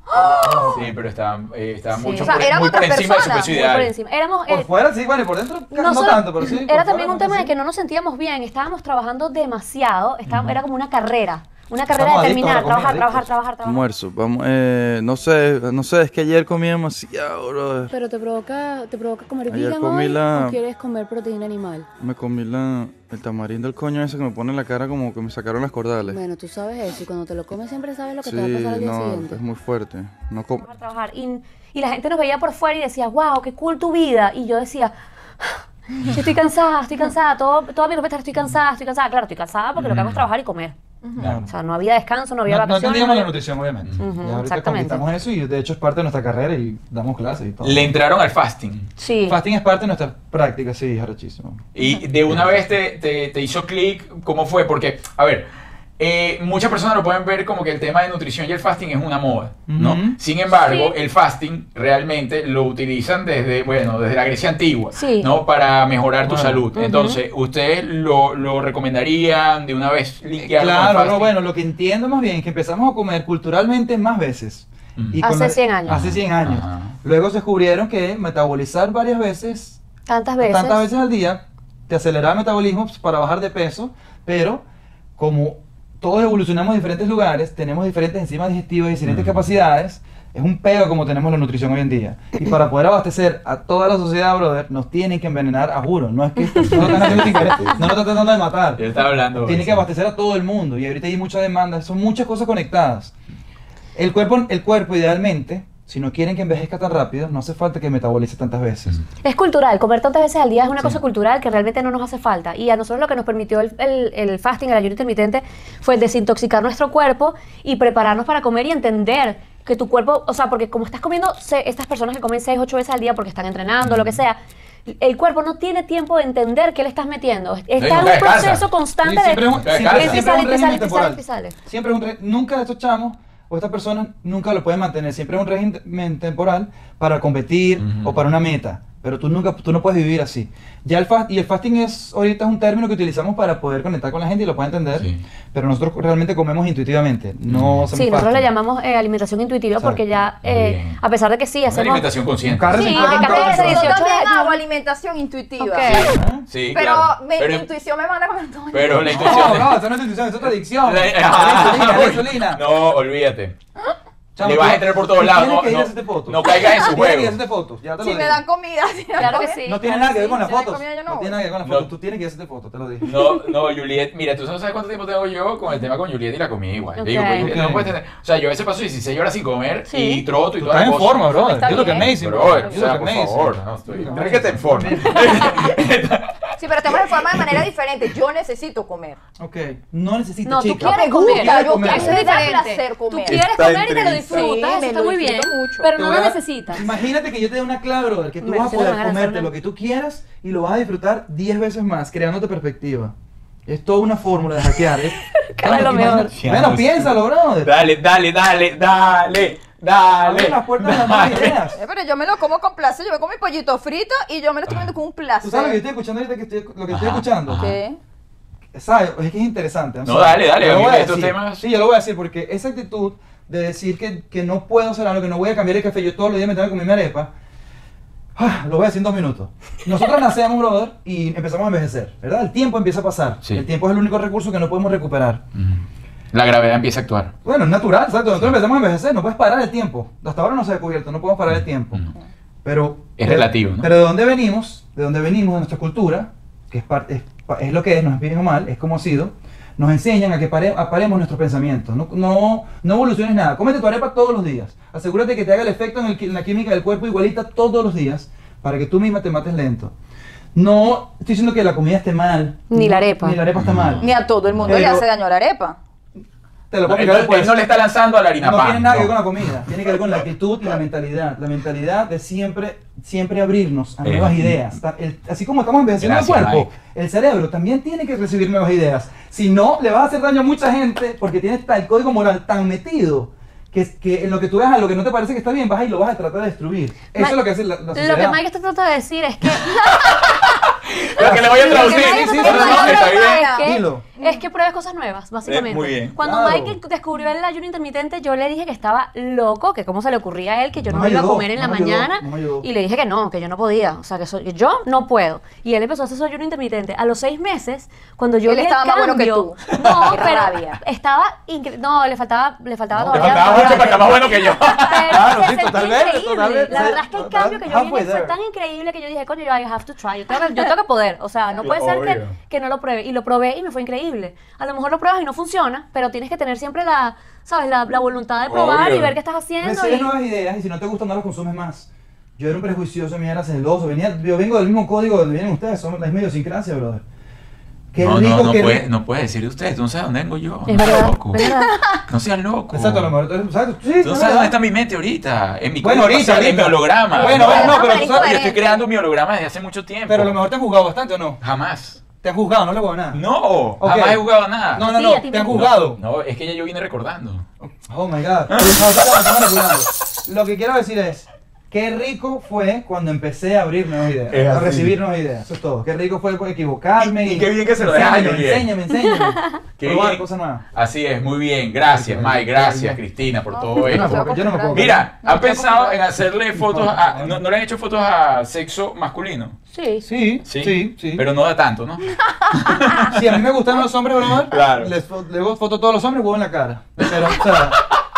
Sí, pero estaban, eh, estaban
Sí.
mucho
O sea,
por,
eran
muy por
otras
encima de su
personas,
peso
muy
ideal.
Por encima. Éramos.
Por
eh,
fuera sí, bueno, y por dentro no,
solo-
tanto, pero sí. por
Era
fuera,
también un
no sé
tema de
si.
que no nos sentíamos bien, estábamos trabajando demasiado, estábamos- era como una carrera, una
Estamos
carrera de
adictos a la
terminar,
comida,
trabajar,
adictos.
trabajar, trabajar, trabajar.
Almuerzo, vamos, eh, no sé, no sé, es que ayer comí demasiado, brother.
Pero te provoca, te provoca comer
Ayer
vegan
comí
hoy
la-
o quieres comer proteína animal.
Me comí la, el tamarindo del coño ese que me pone en la cara como que me sacaron las cordales.
Bueno, tú sabes eso y cuando te lo comes siempre sabes lo que
sí,
te va a pasar al día
no,
siguiente.
es muy fuerte. No com-
Este
trabajar, trabajar. Y, y la gente nos veía por fuera y decía, wow, qué cool tu vida. Y yo decía, "Ah, estoy cansada, estoy cansada, todo, toda mi respuesta, estoy cansada, estoy cansada. Claro, estoy cansada porque lo que hago es trabajar y comer. O sea, no había descanso, no había
No, no
vacaciones.
entendíamos la
había-
nutrición, obviamente.
Ujú,
Ya ahorita
exactamente.
conquistamos eso y de hecho es parte de nuestra carrera y damos clases y todo.
Le entraron al fasting.
Sí.
Fasting es parte de nuestra práctica, sí, arrechísimo.
Y de una vez te, te- te hizo clic, ¿cómo fue? Porque, a ver, eh, muchas personas lo pueden ver como que el tema de nutrición y el fasting es una moda, ¿no?
Ujú.
Sin embargo, el fasting realmente lo utilizan desde, bueno, desde la Grecia antigua,
Sí.
¿no? Para mejorar tu
Claro.
salud. Entonces, ¿ustedes lo, lo recomendarían de una vez linkearlo con el
Claro, no,
fasting?
bueno, lo que entiendo más bien es que empezamos a comer culturalmente más veces.
Mm.
con
Hace 100 años.
Hace 100 años.
Ajá.
Luego se descubrieron que metabolizar varias veces,
Tantas veces.
tantas veces al día, te aceleraba el metabolismo para bajar de peso, pero como todos evolucionamos en diferentes lugares, tenemos diferentes enzimas digestivas y diferentes capacidades, es un peo como tenemos la nutrición hoy en día. Y para poder abastecer a toda la sociedad, brother, nos tienen que envenenar, a juro. No es que no lo están haciendo sin querer, no lo están tratando de matar.
Yo estaba hablando.
Tiene que
sí.
abastecer a todo el mundo y ahorita hay mucha demanda, son muchas cosas conectadas. El cuerpo, el cuerpo idealmente, si no quieren que envejezca tan rápido, no hace falta que metabolice tantas veces.
Es cultural, comer tantas veces al día es una
Sí.
cosa cultural que realmente no nos hace falta. Y a nosotros lo que nos permitió el, el- el fasting, el ayuno intermitente, fue desintoxicar nuestro cuerpo y prepararnos para comer y entender que tu cuerpo, o sea, porque como estás comiendo, se- estas personas que comen 6, 8 veces al día porque están entrenando, lo que sea, el cuerpo no tiene tiempo de entender qué le estás metiendo. Está en
nunca
un
descansa.
proceso constante
Sí, siempre
de...
es un-
Te
siempre-
alcanza.
siempre es un
Te sale, te
régimen
sale, te
temporal.
sale, te sale.
Siempre es un re- nunca estos chamos o estas personas nunca lo pueden mantener. Siempre es un régimen temporal para competir
Ujú.
o para una meta. Pero tú nunca, tú no puedes vivir así. Ya el fast, y el fasting es ahorita es un término que utilizamos para poder conectar con la gente y lo pueda entender.
Sí.
Pero nosotros realmente comemos intuitivamente. No hacemos
Sí, nosotros
fasting.
le llamamos eh, alimentación intuitiva
Exacto.
porque ya,
Muy
eh,
bien.
a pesar de que sí,
Una
hacemos...
alimentación consciente.
Carne
Sí,
sin
Ah,
Ah,
gluten,
que
todo
pero
cambia
eso.
de
yo
18
también
años.
hago alimentación intuitiva.
Ok.
Sí,
Pero
claro.
mi
Pero-
intuición me manda con todo.
pero la intuición.
No, no, eso no es intuición, eso es adicción.
La-
insulina, la insulina.
No, olvídate.
Chamo,
Le
tú-
vas a entrar por todos
tú
lados.
tienes
No,
que ir a
no-
hacerte fotos.
no caigas en su
Tienes
juego.
que ir a hacerte fotos, ya te lo
Si me
digo.
dan comida, si me dan
Claro que
comida.
sí.
No tiene nada que ver con las
Si me dan
fotos.
comida, yo no
No
voy.
tiene nada que ver con las
No.
fotos. Tú tienes que ir a hacerte fotos, te lo dije.
No, no, Juliet, mira, tú no sabes cuánto tiempo tengo yo con el tema con Juliet y la comida igual. Le digo,
Ok.
pues, no
Ok.
puedes tener- o sea, yo a veces paso 16 horas sin comer
Sí.
y troto y
Tú
toda
estás
la
en
cosa.
forma, bro.
Está
Yo lo que
bien.
amazing,
Bro,
bro.
o sea, por favor, no, estoy... Tráigate en forma.
Sí, pero estamos en forma de manera diferente. Yo necesito comer.
Ok, no necesitas,
No, tú
chica.
Me
quieres comer.
gusta,
Quieres
yo
comer.
quiero.
Eso es
Me da
diferente.
placer
Tú
comer.
quieres
Está
comer y te lo
intrínseco.
disfrutas,
Sí,
eso
me
está
lo
muy bien.
disfruto mucho.
Pero
Te
no
voy
lo
a-
necesitas.
Imagínate que yo te dé una clave, brother, que tú
Me
vas a
siento
poder
con ganas de
comerte
hacerlo.
lo que tú quieras y lo vas a disfrutar 10 veces más, creándote perspectiva. Es toda una fórmula de hackear. ¿eh?
Cada
Bueno,
lo mejor.
imagínate- Bueno, piénsalo, brother.
Dale, dale, dale, dale, dale.
Abre las puertas a las nuevas ideas.
Eh, Pero yo me lo como con placer. Yo me como mi
Ah.
pollito frito y yo me lo estoy comiendo con un placer.
¿Tú sabes lo que yo estoy escuchando ahorita? Que estoy, lo que estoy
Ajá,
escuchando.
ajá.
¿Qué?
¿Sabes? Es que es interesante. o
No, dale, dale,
yo lo
a mí
voy a
estos
decir.
temas-
Sí, yo lo voy a decir porque esa actitud de decir que, que no puedo hacer algo, que no voy a cambiar el café, yo todos los días me tengo que comer mi arepa. ah, lo voy a decir en dos minutos. Nosotros nacemos, brother, y empezamos a envejecer, ¿verdad? El tiempo empieza a pasar.
Sí.
El tiempo es el único recurso que no podemos recuperar.
La gravedad empieza a actuar.
Bueno, es natural, exacto. Nosotros empezamos a envejecer, no puedes parar el tiempo. Hasta ahora no se ha descubierto, no podemos parar el tiempo.
No.
Pero
Es
pero-
relativo, ¿no?
Pero de dónde venimos, de dónde venimos, de nuestra cultura, que es, parte, es, pa- es lo que es, nos es bien o mal, es como ha sido, nos enseñan a que pare- a paremos nuestros pensamientos. No, no, no evoluciones nada. Cómete tu arepa todos los días. Asegúrate que te haga el efecto en, el qui- en la química del cuerpo igualita todos los días para que tú misma te mates lento. No estoy diciendo que la comida esté mal.
Ni la
No,
arepa.
Ni la arepa está mal.
Ni a todo el mundo le
Pero-
hace daño la arepa.
Te lo
No, él,
puedo explicar
no- él
después.
no le está lanzando a la harina
No
pan.
tiene nada que ver
no.
con la comida, tiene que ver con la actitud y la mentalidad. La mentalidad de siempre, siempre abrirnos a
Eh,
nuevas ideas. Ta- el- así como estamos envejeciendo
Gracias,
el cuerpo,
Mike.
el cerebro también tiene que recibir nuevas ideas. Si no, le va a hacer daño a mucha gente porque tienes el código moral tan metido que, que en lo que tú veas, a lo que no te parece que está bien, vas y lo vas a tratar de destruir. Eso
Ma-
es lo que hace la, la
Lo que
sociedad.
Mike está tratando de decir es que.
Lo que le voy a
lo que
traducir.
Mike
sí, sí,
No,
está
sí,
no,
tratando
sí,
de
está
decir
bien.
es que-
Dilo.
Es que pruebes cosas nuevas, básicamente.
Eh, muy bien.
Cuando
Claro.
Mike descubrió el ayuno intermitente, yo le dije que estaba loco, que cómo se le ocurría a él que yo no,
No
me
me
iba a
ayudó,
comer en
no
la
me ayudó,
mañana.
no me ayudó.
y le dije que no, que yo no podía. O sea, que, eso- que yo no puedo. Y él empezó a hacer su ayuno intermitente. A los seis meses, cuando yo
Él
le vi
estaba
el
más bueno que
cambio-
tú.
No,
Qué
pero
rabia.
estaba incre- No, le faltaba, le faltaba
Te
todavía.
faltaba mucho para estar más bueno que yo.
Pero
Claro,
se
sí,
sentía
totalmente,
increíble.
totalmente.
La verdad es que el
Total-
cambio que yo vi
halfway
fue
there.
tan increíble que yo dije, coño, yo I have to try. Yo tengo que, yo tengo que poder. O sea, no puede ser que,
Obvio.
que no lo pruebe. Y lo probé y me fue increíble. A lo mejor lo pruebas y no funciona, pero tienes que tener siempre la, ¿sabes? La, la voluntad de probar
Obvio.
y ver qué estás haciendo.
Recibes
y-
nuevas ideas y si no te gustan no las consumes más. Yo era un prejuicioso, mi era celoso. Venía, yo vengo del mismo código donde vienen ustedes, somos la misma idiosincrasia, brother. Qué
No,
rico
no, no
que
puedes no puede decir de ustedes. Tú no sabes dónde vengo yo.
Es
No seas
verdad,
loco.
es verdad.
No seas loco.
Exacto, a lo mejor tú eres- exacto,
Tú
sí,
no
es
sabes dónde
verdad.
está mi mente ahorita. En mi
Bueno,
código
ahorita,
postal, en mi
ahorita.
holograma.
Bueno, bueno, no, pero tú
Yo
sabes-
estoy creando mi holograma desde hace mucho tiempo.
Pero a lo mejor te han juzgado bastante o no.
Jamás.
Te han juzgado, no le hago nada.
No,
Ok.
jamás he jugado nada.
no, no,
Sí,
no,
a ti
te han
te-
juzgado.
No, es que ya yo vine recordando.
Oh my god.
Ah.
No, sí, la semana juzgando. Lo que quiero decir es, qué rico fue cuando empecé a abrir nuevas
Es
ideas,
así.
a recibir nuevas ideas. Eso es todo. Qué rico fue por equivocarme.
Y- y qué bien que se lo dejas a
enséñame,
Juliet.
enséñame, enséñame.
Qué
Probar
bien.
cosas nuevas.
Así es, muy bien. Gracias, Mike. Gracias, Cristina, por todo
Yo no me
esto.
puedo- yo no me puedo-
Mira,
No,
¿han
no,
pensado
no.
en hacerle fotos a... ¿no, no le han hecho fotos a sexo masculino?
Sí.
Sí,
Pero no da tanto, ¿no?
Si a mí me gustan los hombres, brother,
Claro.
les fo- le hago foto a todos los hombres, huevo en la cara. Pero, o sea,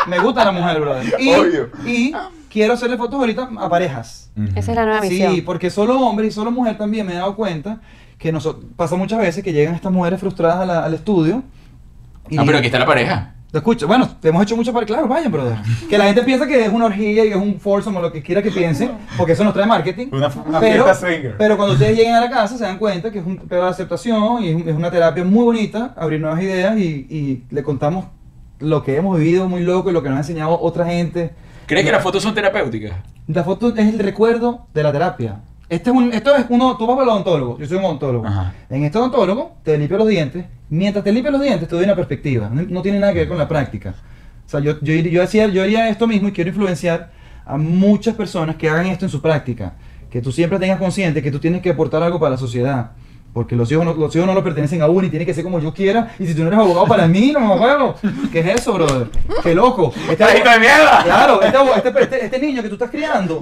me gusta la mujer, brother. Y,
Obvio.
y quiero hacerle fotos ahorita a parejas.
Esa es la nueva misión.
Sí, porque solo hombre y solo mujer también me he dado cuenta que noso- pasa muchas veces que llegan estas mujeres frustradas a la- al estudio.
No, pero aquí está la pareja.
Te escucho. Bueno, te hemos hecho mucho para claro, vayan, brother. Que la gente piensa que es una orgía y que es un foursome o lo que quiera que piensen, porque eso nos trae marketing.
Una- una
pero,
fiesta swinger.
Pero cuando ustedes lleguen a la casa se dan cuenta que es un pedo de aceptación y es un- es una terapia muy bonita, abrir nuevas ideas y, y le contamos lo que hemos vivido muy loco y lo que nos ha enseñado otra gente.
¿Crees que las fotos son terapéuticas?
La foto es el recuerdo de la terapia. Este es un, esto es uno, tú vas para el odontólogo, yo soy un odontólogo.
Ajá.
En este odontólogo te limpio los dientes, mientras te limpio los dientes te doy una perspectiva, no, no tiene nada que ver con la práctica. O sea, yo, yo, ir- yo, hacía- yo haría esto mismo y quiero influenciar a muchas personas que hagan esto en su práctica, que tú siempre tengas consciente que tú tienes que aportar algo para la sociedad. Porque los hijos, no, los hijos no lo pertenecen a uno y tiene que ser como yo quiera. Y si tú no eres abogado para mí, no me juego. ¿Qué es eso, brother? ¡Qué loco! Este
¡Carajito de mierda!
Claro, este, abo- este- este- este niño que tú estás criando,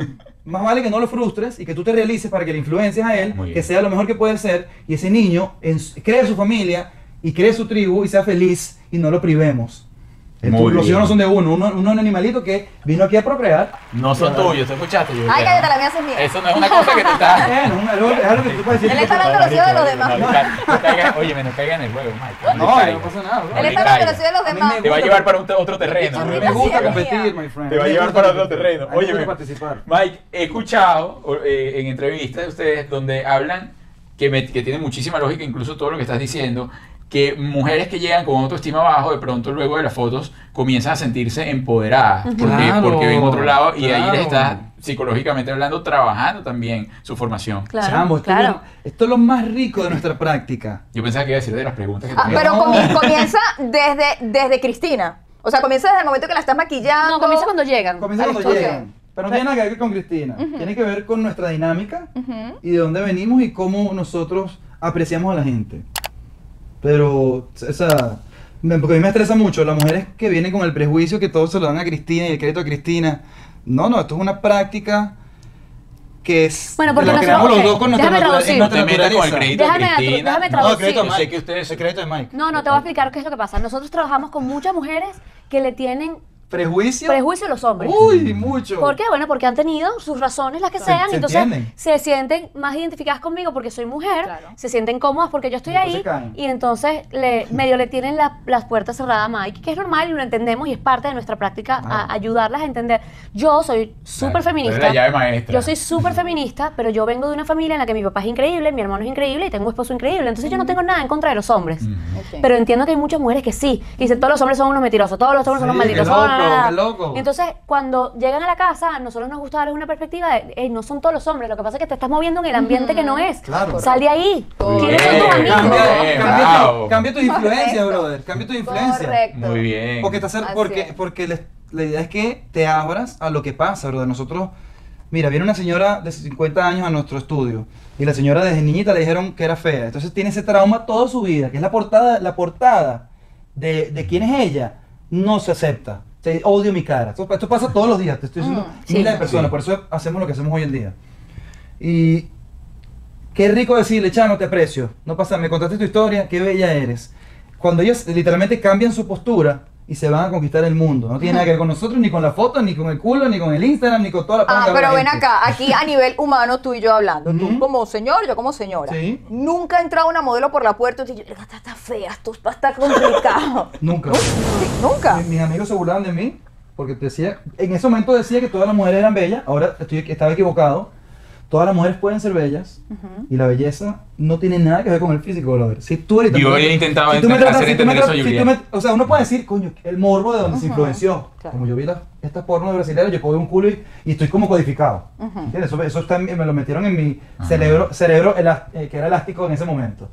más vale que no lo frustres y que tú te realices para que le influencies a él,
Muy bien.
que sea lo mejor que puede ser, y ese niño en su- cree su familia y cree su tribu y sea feliz y no lo privemos. Eh,
Muy
tú- Los
bien.
hijos no son de uno, uno, uno es un animalito que vino aquí a procrear.
No son tuyos, ¿te escuchaste? Yo
Ay,
creo.
cállate, la mía haces mía.
Eso no es una cosa que te está...
Bueno, un- algo- es algo que tú puedes decir.
Él está hablando de los hijos de los demás.
No, no ca- no caiga- Oye, me no caiga en el juego, Mike.
No, no pasa nada. bro.
Él
le
está hablando de los
caiga.
hijos de los
A mí
demás.
me
Te va a llevar para un- otro terreno.
A mí
bro.
me gusta
Hacía
competir,
mía.
my friend.
Te va a
Me
llevar
gusta
para otro
competir.
terreno.
A mí me
Oye,
gusta
me-
participar.
Mike, he escuchado o- eh, en entrevistas de ustedes donde hablan que, me- que tiene muchísima lógica, incluso todo lo que estás diciendo, que mujeres que llegan con autoestima bajo, de pronto luego de las fotos comienzan a sentirse empoderadas, porque,
Claro,
porque ven otro lado y ahí
claro.
les estás psicológicamente hablando, trabajando también su formación.
Claro,
Chamo, esto es
claro.
lo- esto es lo más rico de nuestra práctica.
Yo pensaba que iba a decir de las preguntas que
Ah,
tenía.
pero
No.
comi- comienza desde, desde Cristina. O sea, comienza desde el momento que la estás maquillando.
No, comienza cuando llegan.
Comienza
al
cuando
estudio.
llegan. Pero no tiene nada que ver con Cristina. Tiene que ver con nuestra dinámica y de dónde venimos y cómo nosotros apreciamos a la gente. Pero, o sea, me- porque a mí me estresa mucho las mujeres que vienen con el prejuicio que todo se lo dan a Cristina y el crédito a Cristina. No, no, esto es una práctica que es.
Bueno, porque
lo
nosotros-
creamos los
ok,
dos con nuestra
déjame
natura- es
traducir.
nuestra
No te metas con el
naturaleza.
crédito.
Déjame,
Cristina.
déjame
No,
No, el
traducir.
crédito de
Yo
Mike.
sé que ustedes-
El crédito de Mike.
No, no, te voy a explicar qué es lo que pasa. Nosotros trabajamos con muchas mujeres que le tienen
¿Prejuicio?
prejuicio a los hombres.
Uy, mucho.
¿Por qué? Bueno, porque han tenido sus razones, las que
Se-
sean,
se
entonces
entienden.
se sienten más identificadas conmigo porque soy mujer,
Claro.
se sienten cómodas porque yo estoy
Y después
ahí
se caen.
y entonces le, medio le tienen la- las puertas cerradas a Mike, que es normal y lo entendemos y es parte de nuestra práctica a
Claro.
ayudarlas a entender. Yo soy súper
Claro, tú eres
feminista.
la llave maestra.
Yo soy súper feminista, pero yo vengo de una familia en la que mi papá es increíble, mi hermano es increíble y tengo un esposo increíble, entonces yo no tengo nada en contra de los hombres.
Mm.
Ok.
Pero entiendo que hay muchas mujeres que sí, que dicen todos los hombres son unos mentirosos, todos los hombres son unos
Sí,
malditos.
qué loco,
Ah. son una-
qué loco.
Entonces, cuando llegan a la casa, a nosotros nos gusta darles una perspectiva de, "Ey, no son todos los hombres, lo que pasa es que te estás moviendo en el ambiente que no es.
Claro.
Sal de ahí.
Muy
¿Quiénes son
bien.
tus amigos?
Cambia,
Eh,
cambia,
bravo.
tu- cambia tus influencias,
Correcto.
brother. Cambia tus influencias.
Correcto.
Muy bien.
Porque, te hace-
Así
porque,
es.
porque les- la idea es que te abras a lo que pasa, bro. Nosotros, mira, viene una señora de 50 años a nuestro estudio y la señora desde niñita le dijeron que era fea. Entonces tiene ese trauma toda su vida, que es la portada, la portada de, de quién es ella, no se acepta. Te odio mi cara. Esto, esto pasa todos los días, te estoy diciendo
Mm,
sí.
miles de personas,
Sí.
por eso hacemos lo que hacemos hoy en día. Y Qué rico decirle, chamo, te aprecio. No pasa, me contaste tu historia, qué bella eres. Cuando ellos literalmente cambian su postura y se van a conquistar el mundo. No tiene nada que ver con nosotros, ni con la foto, ni con el culo, ni con el Instagram, ni con toda la
Ah,
paja de la
pero ven
gente.
acá, aquí a nivel humano tú y yo hablando, tú
Ujú.
como señor, yo como señora.
Sí.
Nunca ha entrado una modelo por la puerta y te dice, esta está fea, esto va a estar complicado.
Nunca.
Sí, Nunca.
Mi- Mis amigos se burlaban de mí porque decía, en ese momento decía que todas las mujeres eran bellas, ahora estoy, estaba equivocado. Todas las mujeres pueden ser bellas y la belleza no tiene nada que ver con el físico, brother. Si tú ahorita-
Yo habría intentado
si tú me
hacer
tratas- si tú me
entender eso a
tratas- si tú
Julián.
me- O sea, uno puede decir, coño, el morbo de donde se influenció.
claro.
Como yo vi las- estas porno de brasileños, yo puedo ver un culo y, y estoy como codificado. ¿Entiendes? Eso, eso está en- me lo metieron en mi
Ah.
cerebro, cerebro elas- eh, que era elástico en ese momento.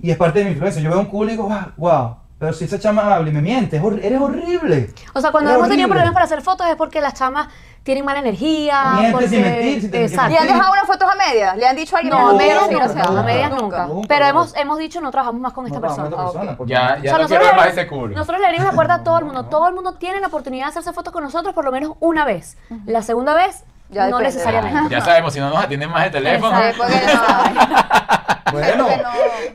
Y es parte de mi influencia. Yo veo un culo y digo, wow, wow. Pero si esa chama habla y me miente, es hor- eres horrible.
O sea, cuando
Eres
hemos tenido
horrible.
problemas para hacer fotos es porque las chamas tienen mala energía.
Mientes
porque...
sin mentir, sin tener que
Exacto.
¿Le han
mentir.
dejado unas fotos a medias? ¿Le han dicho a alguien?
No, a medias
no,
nunca,
no se va,
a medias nunca.
nunca.
Pero hemos, hemos dicho no trabajamos más con esta
No, para
persona. ah,
otra persona, porque-
Ya, ya
O sea,
no quiero ver más
abrimos-
ese culo.
nosotros le abrimos la puerta a todo el mundo. Todo el mundo tiene la oportunidad de hacerse fotos con nosotros por lo menos una vez. La segunda vez,
Ya
no
depende.
necesariamente.
Ya sabemos, si no nos atienden más el teléfono.
Sí, porque no.
Bueno,
Porque no.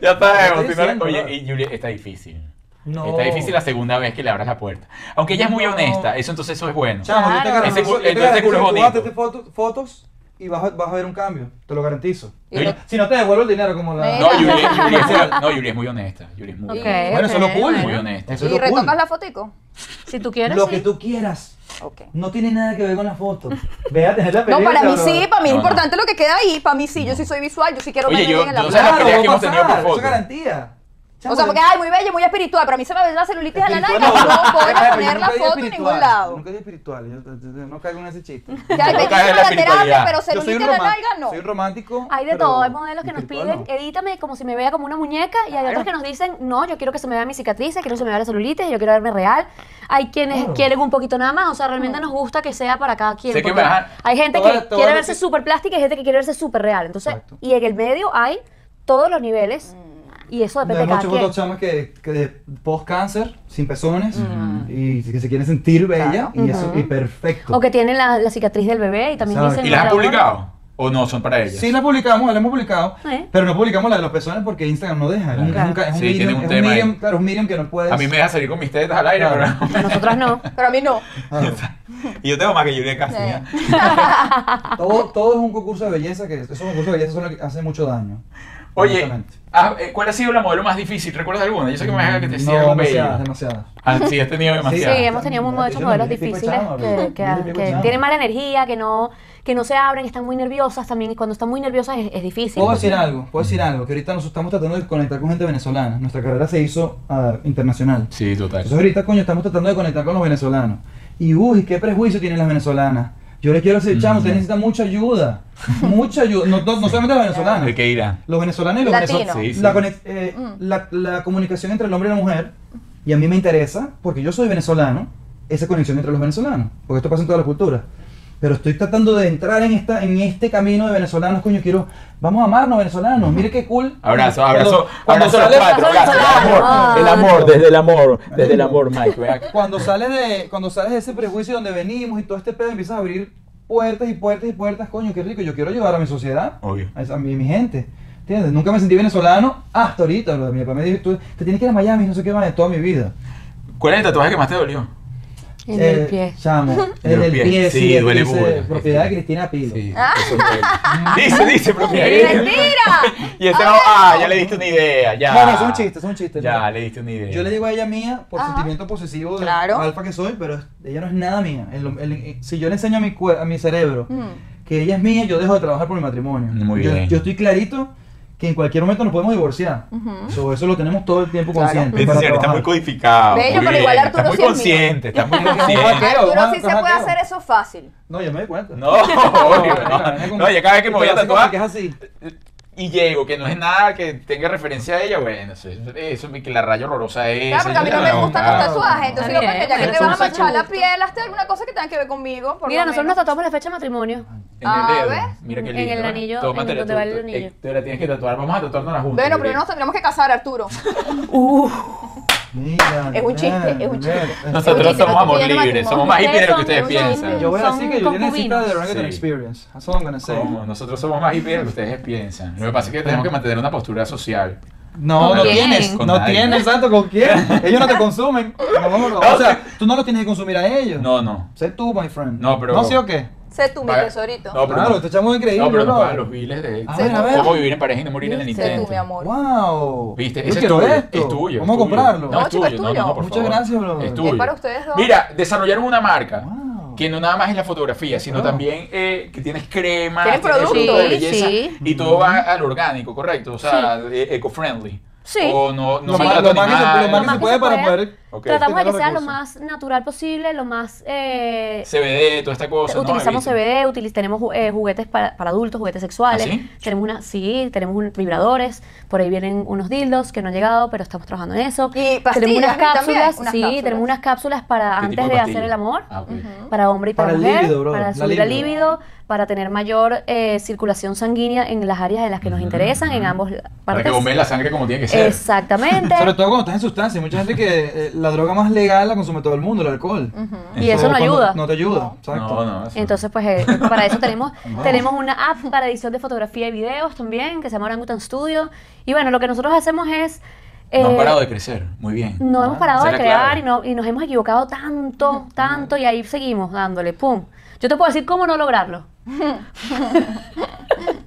Ya sabemos.
Estoy
si no-
diciendo,
Oye,
¿verdad?
y Julia, está difícil.
No.
Está difícil la segunda vez que le abras la puerta. Aunque ella es muy
No.
honesta, eso entonces eso es bueno.
chamo, yo te
Claro.
garantizo.
Ese culo-
yo te
entonces ese culo es
garantizo que tú vas a
bonito.
tener foto- fotos y vas a, vas a ver un cambio. Te lo garantizo.
Y lo-
Si no te devuelvo el dinero como la.
No,
Mira.
Julia, Julia es muy, no, Julia es muy honesta. Julia es muy
Ok.
honesta.
Bueno, eso es lo cool.
Muy honesta.
Eso es
¿Y
lo cool.
retocas la fotico?
Si tú quieres,
Lo
sí.
que tú quieras.
Ok.
No tiene nada que ver con la foto. Ve a tener la
No, para
experiencia,
mí
bro.
sí, para mí es
No, no.
importante lo que queda ahí. Para mí sí, yo sí soy visual, yo sí quiero
Oye,
verme
yo-
bien en la
yo- o sea,
foto.
las peleas que
va a
hemos tenido por
pasar, eso
foto.
es garantía.
O sea, porque, ay, muy bella, muy espiritual. Para mí se me ven las celulitis a la nalga.
Espiritual,
No
no.
voy
Ay,
a
yo
poner la
nunca he ido
foto en ningún
espiritual,
lado.
Nunca es espiritual, yo, yo- yo no caigo en ese chiste.
Ya,
No
yo quiero
caes en
la
la
terapia,
espiritualidad.
pero
Yo soy
celulitis
un
en la
román-
nalga no.
Soy un romántico.
Hay de
pero
todo, hay modelos que nos
espiritual
piden,
no.
edítame como si me vea como una muñeca, y hay otros que nos dicen, no, yo quiero que se me vea mi cicatriz, quiero que se me vea la celulitis, yo quiero verme real. Hay quienes
Claro.
quieren un poquito nada más, o sea, realmente nos gusta que sea para cada quien.
Sé que
porque
me vas a-
hay gente
todo-
que
todo
quiere
lo
verse
que-
súper plástica y hay gente que quiere verse súper real. Entonces,
Exacto.
y en el medio hay todos los niveles, y eso depende
Hay
de cada
muchos
quien.
otros chamas que, que de post-cáncer, sin pezones,
Mm.
y que se quieren sentir bella, y eso, y perfecto.
O que tienen la, la cicatriz del bebé y también
Exacto.
dicen...
¿Y las has
"No, la borro".
publicado? ¿O no son para ellas?
Sí la publicamos, la hemos publicado,
Eh.
pero no publicamos la de los pezones porque Instagram no deja. Es un,
Claro.
es un ca- es un
Sí, tiene
medium,
un
es un
tema ahí.
medium, claro, es un medium que no puedes...
A mí me deja salir con mis tetas al aire,
Claro.
pero
A nosotras no.
Pero a mí no. Mm.
Claro.
Y yo tengo más que Julia casi.
Sí.
¿ya?
todo, todo es un concurso de belleza, que esos concursos de belleza son los que hacen mucho daño.
Oye,
honestamente.
ah, eh, ¿cuál ha sido la modelo más difícil? ¿Recuerdas alguna? Yo sé que me deja que te siga
no,
con
demasiadas,
bello.
demasiadas.
Ah, sí, has tenido
Sí,
demasiado.
hemos tenido muchos modelos
Mil y pico de
difíciles
chamos,
que,
mil
que,
y pico de
que
chamos.
tienen mala energía, que no, que no se abren, están muy nerviosas también. Y cuando están muy nerviosas es, es difícil.
Puedo decir algo, puedo decir algo, que ahorita nos estamos tratando de conectar con gente venezolana. Nuestra carrera se hizo ah, internacional.
Sí, total.
Entonces ahorita, coño, estamos tratando de conectar con los venezolanos. Y uy, qué prejuicio tienen las venezolanas. Yo les quiero
Mm,
decir, chamo, ustedes necesitan mucha ayuda. Mucha ayuda. No, no, no solamente los venezolanos.
El que irá.
Los venezolanos y los
Latino.
venezolanos.
Sí, Mm. sí.
La, conex- eh, la- la comunicación entre el hombre y la mujer, y a mí me interesa, porque yo soy venezolano, esa conexión entre los venezolanos, porque esto pasa en todas las culturas. Pero estoy tratando de entrar en, esta, en este camino de venezolanos, coño. Quiero, vamos a amarnos, venezolanos. Mire qué cool.
Abrazo,
Cuando-
abrazo,
cuando
abrazo a los
sales-
cuatro, abrazo, el amor, el amor, desde el amor, desde el amor, Mike, ven acá.
Cuando sales de, cuando sales de ese prejuicio donde venimos y todo este pedo, empiezas a abrir puertas y puertas y puertas, coño, qué rico, yo quiero ayudar a mi sociedad,
Obvio.
a, esa- a mi, mi gente. ¿Entiendes? Nunca me sentí venezolano ah, hasta ahorita. bro. Mi papá me dijo, tú te tienes que ir a Miami, no sé qué va de toda mi vida.
¿Cuál es el tatuaje que más te dolió?
En
Eh,
el pie.
Chamo,
En
en
el
el
pie.
pie,
Sí,
sí,
duele
dice,
burda.
propiedad de Cristina Pilo.
Ah.
eso fue. dice, dice, propiedad.
¡Mentira!
Y este no, ah, ya le diste una idea, ya.
No, no, es un chiste, es un chiste.
Ya,
mira.
le diste una idea.
Yo le digo a ella mía por
Ajá.
sentimiento posesivo de
Claro.
alfa que soy, pero ella no es nada mía. El- el- si yo le enseño a mi, cuer- a mi
Mm.
cerebro que ella es mía, yo dejo de trabajar por mi matrimonio.
Muy
yo,
bien.
yo estoy clarito que en cualquier momento nos podemos divorciar. So, eso lo tenemos todo el tiempo
Claro.
consciente.
Ese
para
Este señor está muy
trabajar.
codificado.
Bello,
muy
pero
bien,
igual Arturo
Está muy
sí es mío.
consciente, está muy
Ajá.
consciente.
Arturo sí
Ajá,
se puede
ajá.
hacer eso fácil.
No, yo me doy cuenta.
No, obvio, no. No, ya cada vez que me voy a
Pero así como
tatuar
que es así.
y llego, que no es nada que tenga referencia a ella, bueno, eso, eso que la raya horrorosa es.
Claro, porque a mí no me
la
gustan
onda.
los tatuajes. Entonces, yo creo
Está
que
bien,
ya que
bueno,
te
son
vas a
sexo
manchar la
justo.
piel, hazte alguna cosa que tenga que ver conmigo. por
Mira,
lo
nosotros
menos.
nos tatuamos la fecha de matrimonio.
En el
Ah,
dedo.
¿ves?
Mira qué
En
lindo.
el
¿eh?
anillo,
Toma,
en
te la-
donde va el
te-
anillo.
Eh, Te la tienes que tatuar, vamos a tatuarnos juntos.
Bueno, pero
Gabriel.
nos tendremos que casar, Arturo.
Mira,
Es un chiste, es un
mira,
chiste.
es-
Nosotros
Oye,
somos
no
amor
tuvieron
libre,
matrimonio.
somos más hippies de lo que ustedes
Ustedes son-
piensan.
Yo voy a
Son
decir que yo necesito
concubinos.
de Orangutan
Sí.
Experience. That's all I'm gonna say.
Somos, nosotros somos más hippies de lo que ustedes piensan. Lo que pasa es que tenemos que mantener una postura social.
No,
¿Con
no
quién?
tienes,
Con
no
nadie.
tienes, santo, ¿con quién? Ellos no te consumen. No, vamos, o sea, tú no los tienes que consumir a ellos.
No, no.
Sé tú, my friend.
No, pero-
¿No sí o qué?
Sé tú, mi
Paga-
tesorito.
No, pero
claro,
no.
te echamos increíble,
No, pero
bro.
nos pagan los biles de
A
ver, a ver.
cómo vivir en pareja y no morir en el
Sé
intento.
tú, mi amor.
¡Wow!
¿Viste?
Yo
Ese es
quiero
tuyo.
esto.
Es tuyo.
Vamos a
es tuyo.
comprarlo.
No, es
chico,
tuyo.
es
No,
tuyo.
no, por
Muchas
favor.
gracias, brother.
Es tuyo.
Es para ustedes dos.
Mira, desarrollaron una marca
Wow.
que no nada más es la fotografía, sino
Wow.
también eh, que tienes crema,
Tienen
producto de
productos.
belleza
Sí,
y todo va al orgánico, correcto, o sea, e- eco-friendly.
Sí.
O no, no
Lo más-
maltrato
lo más que se-
animal,
lo más que se puede para poder
Ok.
Tratamos de
tener
que
los
sea lo
recursos.
más natural posible, lo más... eh,
CBD, toda esta cosa. ¿no?
utilizamos
He visto.
CBD, utiliz- tenemos ju- eh, juguetes para, para adultos, juguetes sexuales.
¿Ah, sí?
Tenemos una, sí, tenemos un- vibradores, por ahí vienen unos dildos que no han llegado, pero estamos trabajando en eso.
Y pastillas ¿eh?
tenemos unas
también,
cápsulas,
unas
sí,
cápsulas.
tenemos unas cápsulas para
¿Qué tipo
antes de,
pastillas?
hacer el amor,
Ah, ok.
para hombre y para,
Para el
mujer,
líbido, bro,
para
la
subir la
libido.
libido, para tener mayor eh, circulación sanguínea en las áreas en las que nos interesan, en ambos la-
Para que
partes.
bombee la sangre como tiene que ser.
Exactamente.
Sobre todo cuando estás en sustancia. Hay mucha gente que eh, la droga más legal la consume todo el mundo, el alcohol.
Y eso
So,
no
cuando-
ayuda.
No te ayuda, exacto.
No, no. eso-
Entonces, pues eh, para eso tenemos, tenemos una app para edición de fotografía y videos también, que se llama Orangutan Studio. Y bueno, lo que nosotros hacemos es...
No han
eh,
parado de crecer, muy bien.
no hemos
Esa
parado
es
de
la
crear
clave.
y, no, y nos hemos equivocado tanto, tanto, y ahí seguimos dándole, ¡pum! Yo te puedo decir cómo no lograrlo.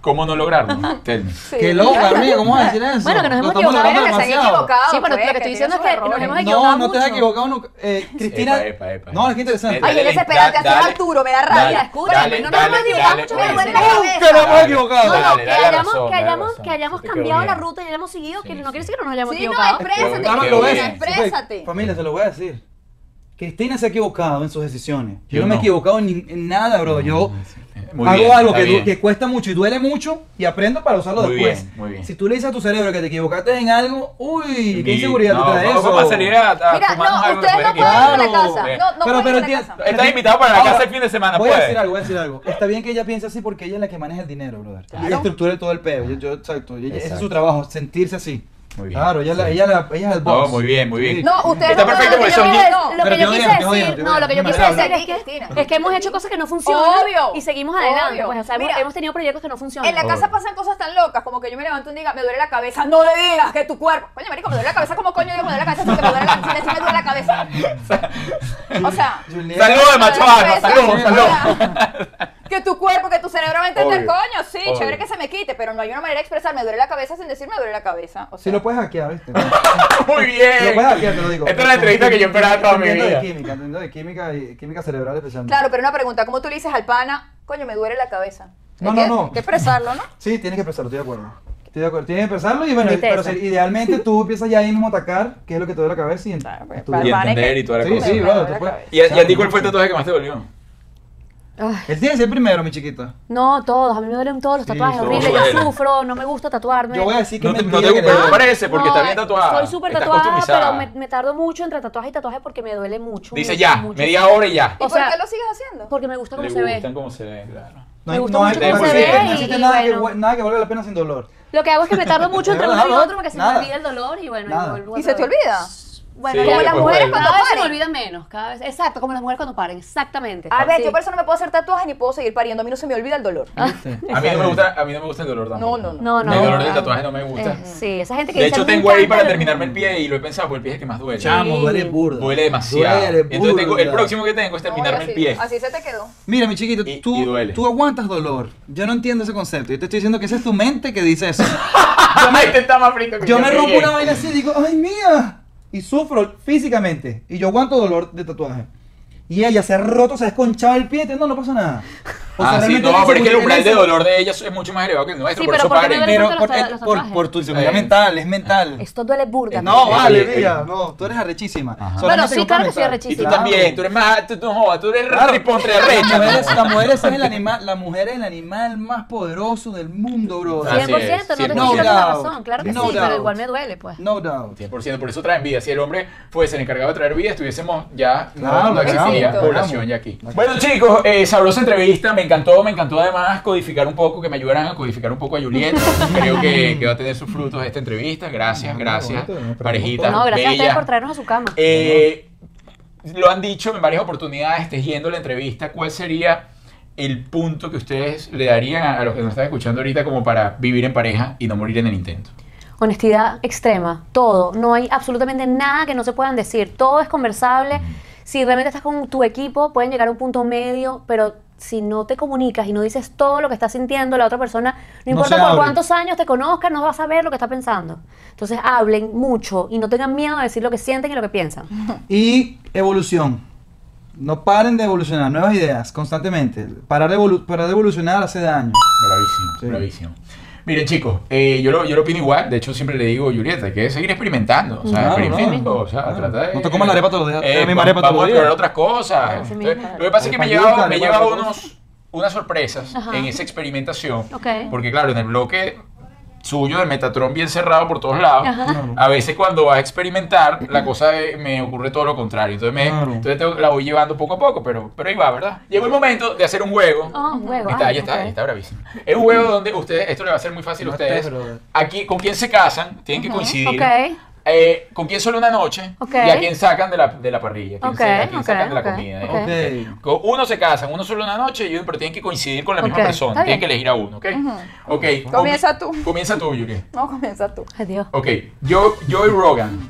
¿Cómo no lograrlo? Tell me.
Sí.
Qué loca, amiga, ¿cómo vas a decir eso?
Bueno, que nos hemos
estamos
equivocado,
logrando
que se han
demasiado.
equivocado.
sí, pero
pues,
lo que
que
estoy diciendo es
tiene
que
sus
nos
errores.
hemos equivocado
No, no te has
mucho.
equivocado nunca. Eh, Cristina.
Epa, epa, epa.
No, es que interesante.
Ay, eres esperante, hace
dale,
mal duro, me da rabia,
dale,
escúchame,
dale,
no nos hemos
dale,
equivocado
dale,
mucho, me
dale,
duele la cabeza.
dale, dale,
Nunca nos hemos
dale,
equivocado.
No,
dale,
no,
dale,
que
dale la
hayamos,
razón,
que
dale la
hayamos,
razón.
que hayamos
Eso te quedó
cambiado la
bien.
ruta y la hayamos seguido, que
Sí,
no quiere
sí.
decir que no nos hayamos
Sí, no,
equivocado.
exprésate.
Claro,
Carlos,
Qué
lo
bien.
ves.
Exprésate.
Familia, se lo voy a decir. Cristina se ha equivocado en sus decisiones. Yo,
Yo
no me he
no.
equivocado en, ni- en nada, bro. Yo
Muy
hago
bien,
algo
está
que, du-
bien.
que cuesta mucho y duele mucho y aprendo para usarlo
Muy
después.
bien, muy bien.
Si tú le dices a tu cerebro que te equivocaste en algo, uy, qué
Mi-
inseguridad
no,
te trae
vamos
eso.
a salir a, a
Mira,
fumarnos
no,
ah, algo eh.
ustedes no
después de
pueden ir a
aquí.
la casa.
Claro.
No, no pueden ir
Pero-
a
pero
la
tía-
casa.
Estás invitado para la
Ahora,
casa el fin de semana,
Voy
pues.
a decir algo, voy a decir algo. Está bien que ella piense así porque ella es la que maneja el dinero, brother. Ella estructura todo el peo. Yo, yo- exacto. Ella- Ese es
Exacto.
su trabajo, sentirse así.
Muy bien.
Claro, ella, la- ella, la- ella es el
No,
boss.
muy bien, muy bien.
No, ustedes
Está
no pueden ir
perfecto,
a
porque
la
son
casa.
niños.
Lo que
Pero te
yo quise
odian, te odian,
decir,
te
no, lo que yo
odian.
quise
No me
hables.
decir es
Cristina.
que, es que hemos hecho cosas que no funcionan
Obvio.
y seguimos adelante.
Obvio.
Pues, o sea, hemos-
Mira.
hemos tenido proyectos que no funcionan.
En la casa pasan cosas tan locas como que yo me levanto un día, me duele la cabeza, no le digas que tu cuerpo. Coño, marico, me duele la cabeza, como coño yo me duele la cabeza? Porque me duele la cabeza, me duele la cabeza. O sea,
Julieta-
Saludos de
Macho
Machuano,
Saludos,
saludos, saludos.
Que tu cuerpo, que tu cerebro va a entender,
Obvio,
coño, sí,
obvio.
chévere que se me quite, pero no hay una manera de expresar me duele la cabeza sin decir me duele la cabeza. O sea,
Si lo puedes hackear, ¿viste?
Muy bien.
Lo puedes hackear, te lo digo.
Esta es la entrevista que yo esperaba toda mi
Aprendiendo
vida.
de química, aprendiendo de química y química cerebral especialmente.
claro, pero una pregunta, ¿cómo tú le dices al pana, coño, me duele la cabeza?
No,
Hay
no,
que-
no.
hay que expresarlo, ¿no?
Sí, tienes que expresarlo, estoy de acuerdo. Estoy de acuerdo. Tienes que expresarlo y bueno,
Viste
pero
esa.
si- idealmente tú empiezas ya ahí mismo a atacar qué es lo que te duele la cabeza y en-
Ah,
Claro, pues,
estudiar.
para-
Y entender y toda la
Sí,
cosa.
sí,
Me
bro,
duele
tú
la
puedes-
cabeza.
¿Y a, y a ti cuál fue el tatuaje que más te dolió?
Ay.
Él tiene que ser primero, mi chiquita.
No, todos. A mí me duelen todos los
Sí,
tatuajes.
todos
horrible, yo
duelen.
sufro, no me gusta tatuarme.
Yo voy a decir que
No te,
me
no te
diga que le duele.
preocupes, parece, porque
No,
está bien tatuada.
Soy súper
está
tatuada, pero
customizada.
me, me tardo mucho entre tatuaje y tatuaje porque me duele mucho.
Dice
mucho,
ya,
mucho.
media hora y ya.
¿Y
O sea-
por qué lo sigues haciendo?
Porque me gusta cómo
Le
se ve.
gustan como se ven, claro.
No
Me
hay-
gusta
no
mucho
hay-
cómo
no
se
existe-
ve
No
y-
existe
y
nada que
bueno.
gu- nada que valga la pena sin dolor.
Lo que hago es que me tardo mucho entre
Es
uno y
verdad,
otro porque se me
nada.
olvida el dolor y bueno,
Nada.
y vuelvo a
¿Y se te
saber.
olvida? Ah, Bueno,
Sí, pues,
como las
después
mujeres
vuelve.
cuando
Cada vez se me
paren.
olvida menos, cada vez. Exacto, como las mujeres cuando paren, exactamente.
A ver,
Sí.
yo por eso no me puedo hacer tatuajes ni puedo seguir pariendo. A mí no se me olvida el dolor.
A mí, no me gusta, a mí no me gusta el dolor tampoco.
no, no.
No, no.
El dolor del
ah,
tatuaje no me gusta.
eh, sí, esa gente que
De
dice,
hecho,
"Me
tengo ahí
encanta
para
el-
terminarme el pie y lo he pensado porque el pie es el que más duele.
Chamo, duele burda.
Duele demasiado.
Duele
Entonces, tengo, el
burda.
próximo que tengo es terminarme
así,
el pie.
así se te quedó.
Mira, mi chiquito,
Y-
tú,
y duele.
tú aguantas dolor. Yo no entiendo ese concepto. Yo te estoy diciendo que esa es tu mente que dice eso.
Este está más frito que
Yo me rompo
bien.
una vaina así y digo, ¡ay, mía! Y sufro físicamente. Y yo aguanto dolor de tatuaje. Y ella se ha roto, se ha desconchado el pie. entiendo, No, no pasa nada. O sea,
Ah, sí,
realmente
no,
ella
pero es que el
se-
umbral de
ella se-
dolor de ellas es mucho más elevado que el nuestro,
Sí,
por
pero
eso
¿por qué me
paren.
duele?
Pero
Los
por,
tatuajes,
eh,
los
por,
tatuajes.
por tu seguridad
Eh.
mental, es
Ah,
mental.
Esto duele burda.
No,
mira.
vale,
Oye, oye.
mira, no, tú eres arrechísima.
Ajá.
Solamente
Bueno, sí,
con
claro que soy
comentar.
Y tú
arrechísima.
también, tú eres más, tú, tú, no, tú eres
Claro.
ripontre
Las mujeres,
recha.
las mujeres es el animal, la mujer es el animal más poderoso del mundo, bro.
Así
100%,
es,
no te estoy
100%.
quitando la
No
razón, claro que
doubt.
sí,
No
pero
doubt.
igual me duele, pues.
No doubt.
100%, por eso traen vida. Si el hombre fuese el encargado de traer vida, estuviésemos ya
Claro,
no existiría
claro.
población ya aquí. Bueno, chicos, eh, sabrosa entrevista. Me encantó, me encantó además codificar un poco, que me ayudaran a codificar un poco a Julieta. Creo que, que va a tener sus frutos esta entrevista. Gracias,
Ah,
gracias.
bonito, me
Parejitas,
No, gracias a ustedes
bellas.
por traernos a su cama.
Eh, lo han dicho en varias oportunidades, tejiendo la entrevista, ¿cuál sería el punto que ustedes le darían a, a los que nos están escuchando ahorita como para vivir en pareja y no morir en el intento?
Honestidad extrema, todo. No hay absolutamente nada que no se puedan decir. Todo es conversable. Si realmente estás con tu equipo, pueden llegar a un punto medio, pero si no te comunicas y no dices todo lo que estás sintiendo, la otra persona, no
No
importa
se
por
abre.
cuántos años te conozca, no va a saber lo que está pensando. Entonces hablen mucho y no tengan miedo de decir lo que sienten y lo que piensan.
Y evolución. No paren de evolucionar, nuevas ideas, constantemente. Parar de, evolu- parar de evolucionar hace daño.
Bravísimo,
Sí.
bravísimo. Miren chicos, eh, yo, lo, yo lo opino igual, de hecho siempre le digo, Julieta, hay que seguir experimentando, o sea,
Claro,
experimenta,
claro.
o sea,
Claro.
trata de...
No te comas la arepa todos los días,
Eh,
la misma
va-
arepa todos
vamos a
los días.
explorar otras cosas.
Así
Entonces,
mismo.
lo que pasa es que me
Arepa yuca,
llevaba, me
arepa
llevaba
otra cosa.
unos, unas sorpresas
Ajá.
en esa experimentación,
Ok.
porque claro, en el bloque suyo de Metatron bien cerrado por todos lados,
Ajá.
Claro.
a veces cuando vas a experimentar, la cosa eh, me ocurre todo lo contrario, entonces, me,
Claro.
entonces tengo- la voy llevando poco a poco, pero, pero ahí va, ¿verdad? Llegó el momento de hacer un juego.
Oh, un juego.
Ahí está,
Ah,
ahí está,
ok.
ahí está bravísimo. Es un juego donde ustedes, esto le va a ser muy fácil a
No
ustedes.
estés, brother.
Aquí, con quién se casan, tienen que coincidir.
ok.
Eh, con quién solo una noche
Ok.
y a quién sacan de la, de la parrilla, quién
Ok,
se- a quién
ok,
sacan de la
ok,
comida. ¿eh?
ok.
Ok.
Con Uno se casan, uno solo una noche, y uno- pero tienen que coincidir con la misma
Ok,
persona.
está
Tienen
bien.
que elegir a uno, ¿ok? Ok, comi-
Comienza tú.
Comienza tú, Yuri.
No, comienza tú.
Adiós.
Ok, yo, Joey Rogan.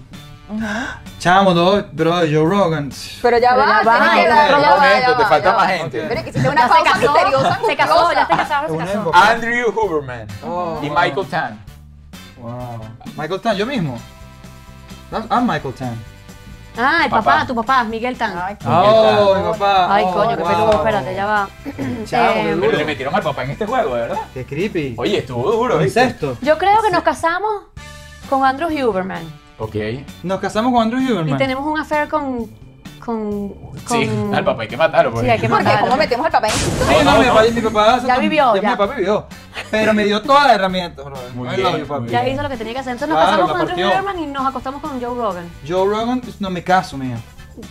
Chamo, no, bro, Joe Rogan.
Pero ya
Pero
va,
ya va,
tiene que
ya
dar,
va.
ya va,
Momento,
ya
te
va,
falta
ya
más
va.
gente.
Mira que hiciste una
Ya se
pausa
casó,
misteriosa,
se casó, ya se
angustiosa.
casaron, se
Una
casó.
época.
Andrew Huberman
Oh,
y
wow.
Michael Tan.
Ah.
Wow. Michael Tan, yo mismo. I'm, I'm Michael Tan.
Ah, el papá,
Papá.
tu papá, Miguel Tan.
Ay,
Ah.
qué-
Oh, mi papá.
Ay,
Oh,
coño, qué
wow.
peludo, espérate, ya va.
Chamo, qué
Eh,
Pero
duro.
le metieron al papá en este juego, de verdad.
Qué creepy.
Oye, estuvo duro,
¿Qué es
¿viste?
esto?
Yo creo que nos casamos con Andrew Huberman
Ok,
Nos casamos con Andrew Huberman.
y tenemos un affair con. con. con
Sí, al papá hay que matarlo. pues.
Sí, hay que
Porque
matarlo.
cómo metemos al papá en
Sí, no,
No,
mi
no,
papá,
no.
mi papá se-
Ya vivió,
Mi
ya.
papá vivió. Pero me dio todas las herramientas, bro.
Muy
I
bien,
love you,
muy
papi.
bien.
Ya hizo lo que tenía que hacer. Entonces nos
Claro,
casamos
la
con Andrew
partió.
Huberman y nos acostamos con Joe Rogan.
Joe Rogan, no me caso, mía.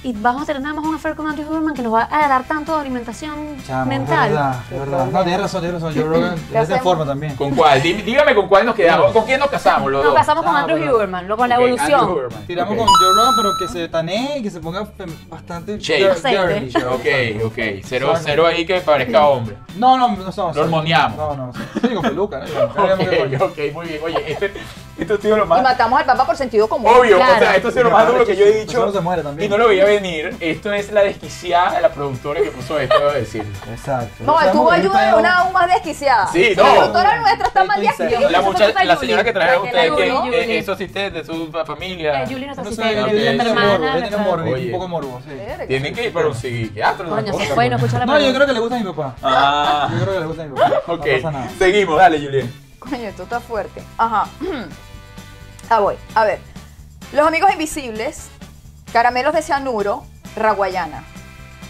Y vamos a tener nada más un affair con Andrew Huberman que nos va a dar tanto de alimentación
Chamo,
mental.
Es verdad, es verdad. No, tienes razón, tienes razón. Joe Rogan es de esa
hacemos?
forma también.
¿Con cuál? Dí- Dígame con cuál nos quedamos. ¿Con quién nos casamos los
Nos
dos?
casamos con
Ah,
Andrew
verdad.
Huberman, lo- con la
Ok,
evolución.
Andrew Huberman.
Tiramos
Ok.
con Joe Rogan, pero que se tanee y que se ponga fem- bastante
Shade.
dir-
Aceite.
dirty, Joe.
Ok, ok. Cero, cero ahí que parezca hombre.
No, no, no somos.
Lo hormoneamos.
No, no, sí, con peluca, ¿no?
Ok, ok, muy bien. Oye, este, esto ha sido lo
Y
más.
matamos al papá por sentido común.
Obvio, o
Claro.
sea, esto ha sido lo más duro que yo he
Eso no se
dicho.
muere también.
Y no lo veía venir. Esto es la desquiciada de la productora que puso esto, debo decir.
Exacto.
No, estuvo
tuvo
ayuda de una aún más desquiciada.
Sí,
La
no.
productora nuestra está más
Estoy sincero.
desquiciada.
La,
Eso fue
mucha-
culpa de
la
Julie.
señora que trajeron
Porque la
ustedes, que
Julie, Julie.
eh, es su asistente, de su familia.
Eh, Julie, nuestra
No
asistente,
sé,
Julie,
Julie,
nuestra
es
hermana.
tiene
nuestra-
morbo,
Oye.
un poco morbo, sí.
Eh,
Tienen que ah, ir para un psiquiatra. una
Coño, se
cosa.
fue, no escuchó la
No, yo
pregunta.
creo que le gusta a mi papá.
Ah,
Yo creo que le gusta a mi papá.
ok.
No pasa nada.
Seguimos, dale, Julián.
Coño, esto está fuerte. Ajá. Ah, voy. A ver. Los amigos invisibles, caramelos de cianuro, raguayana.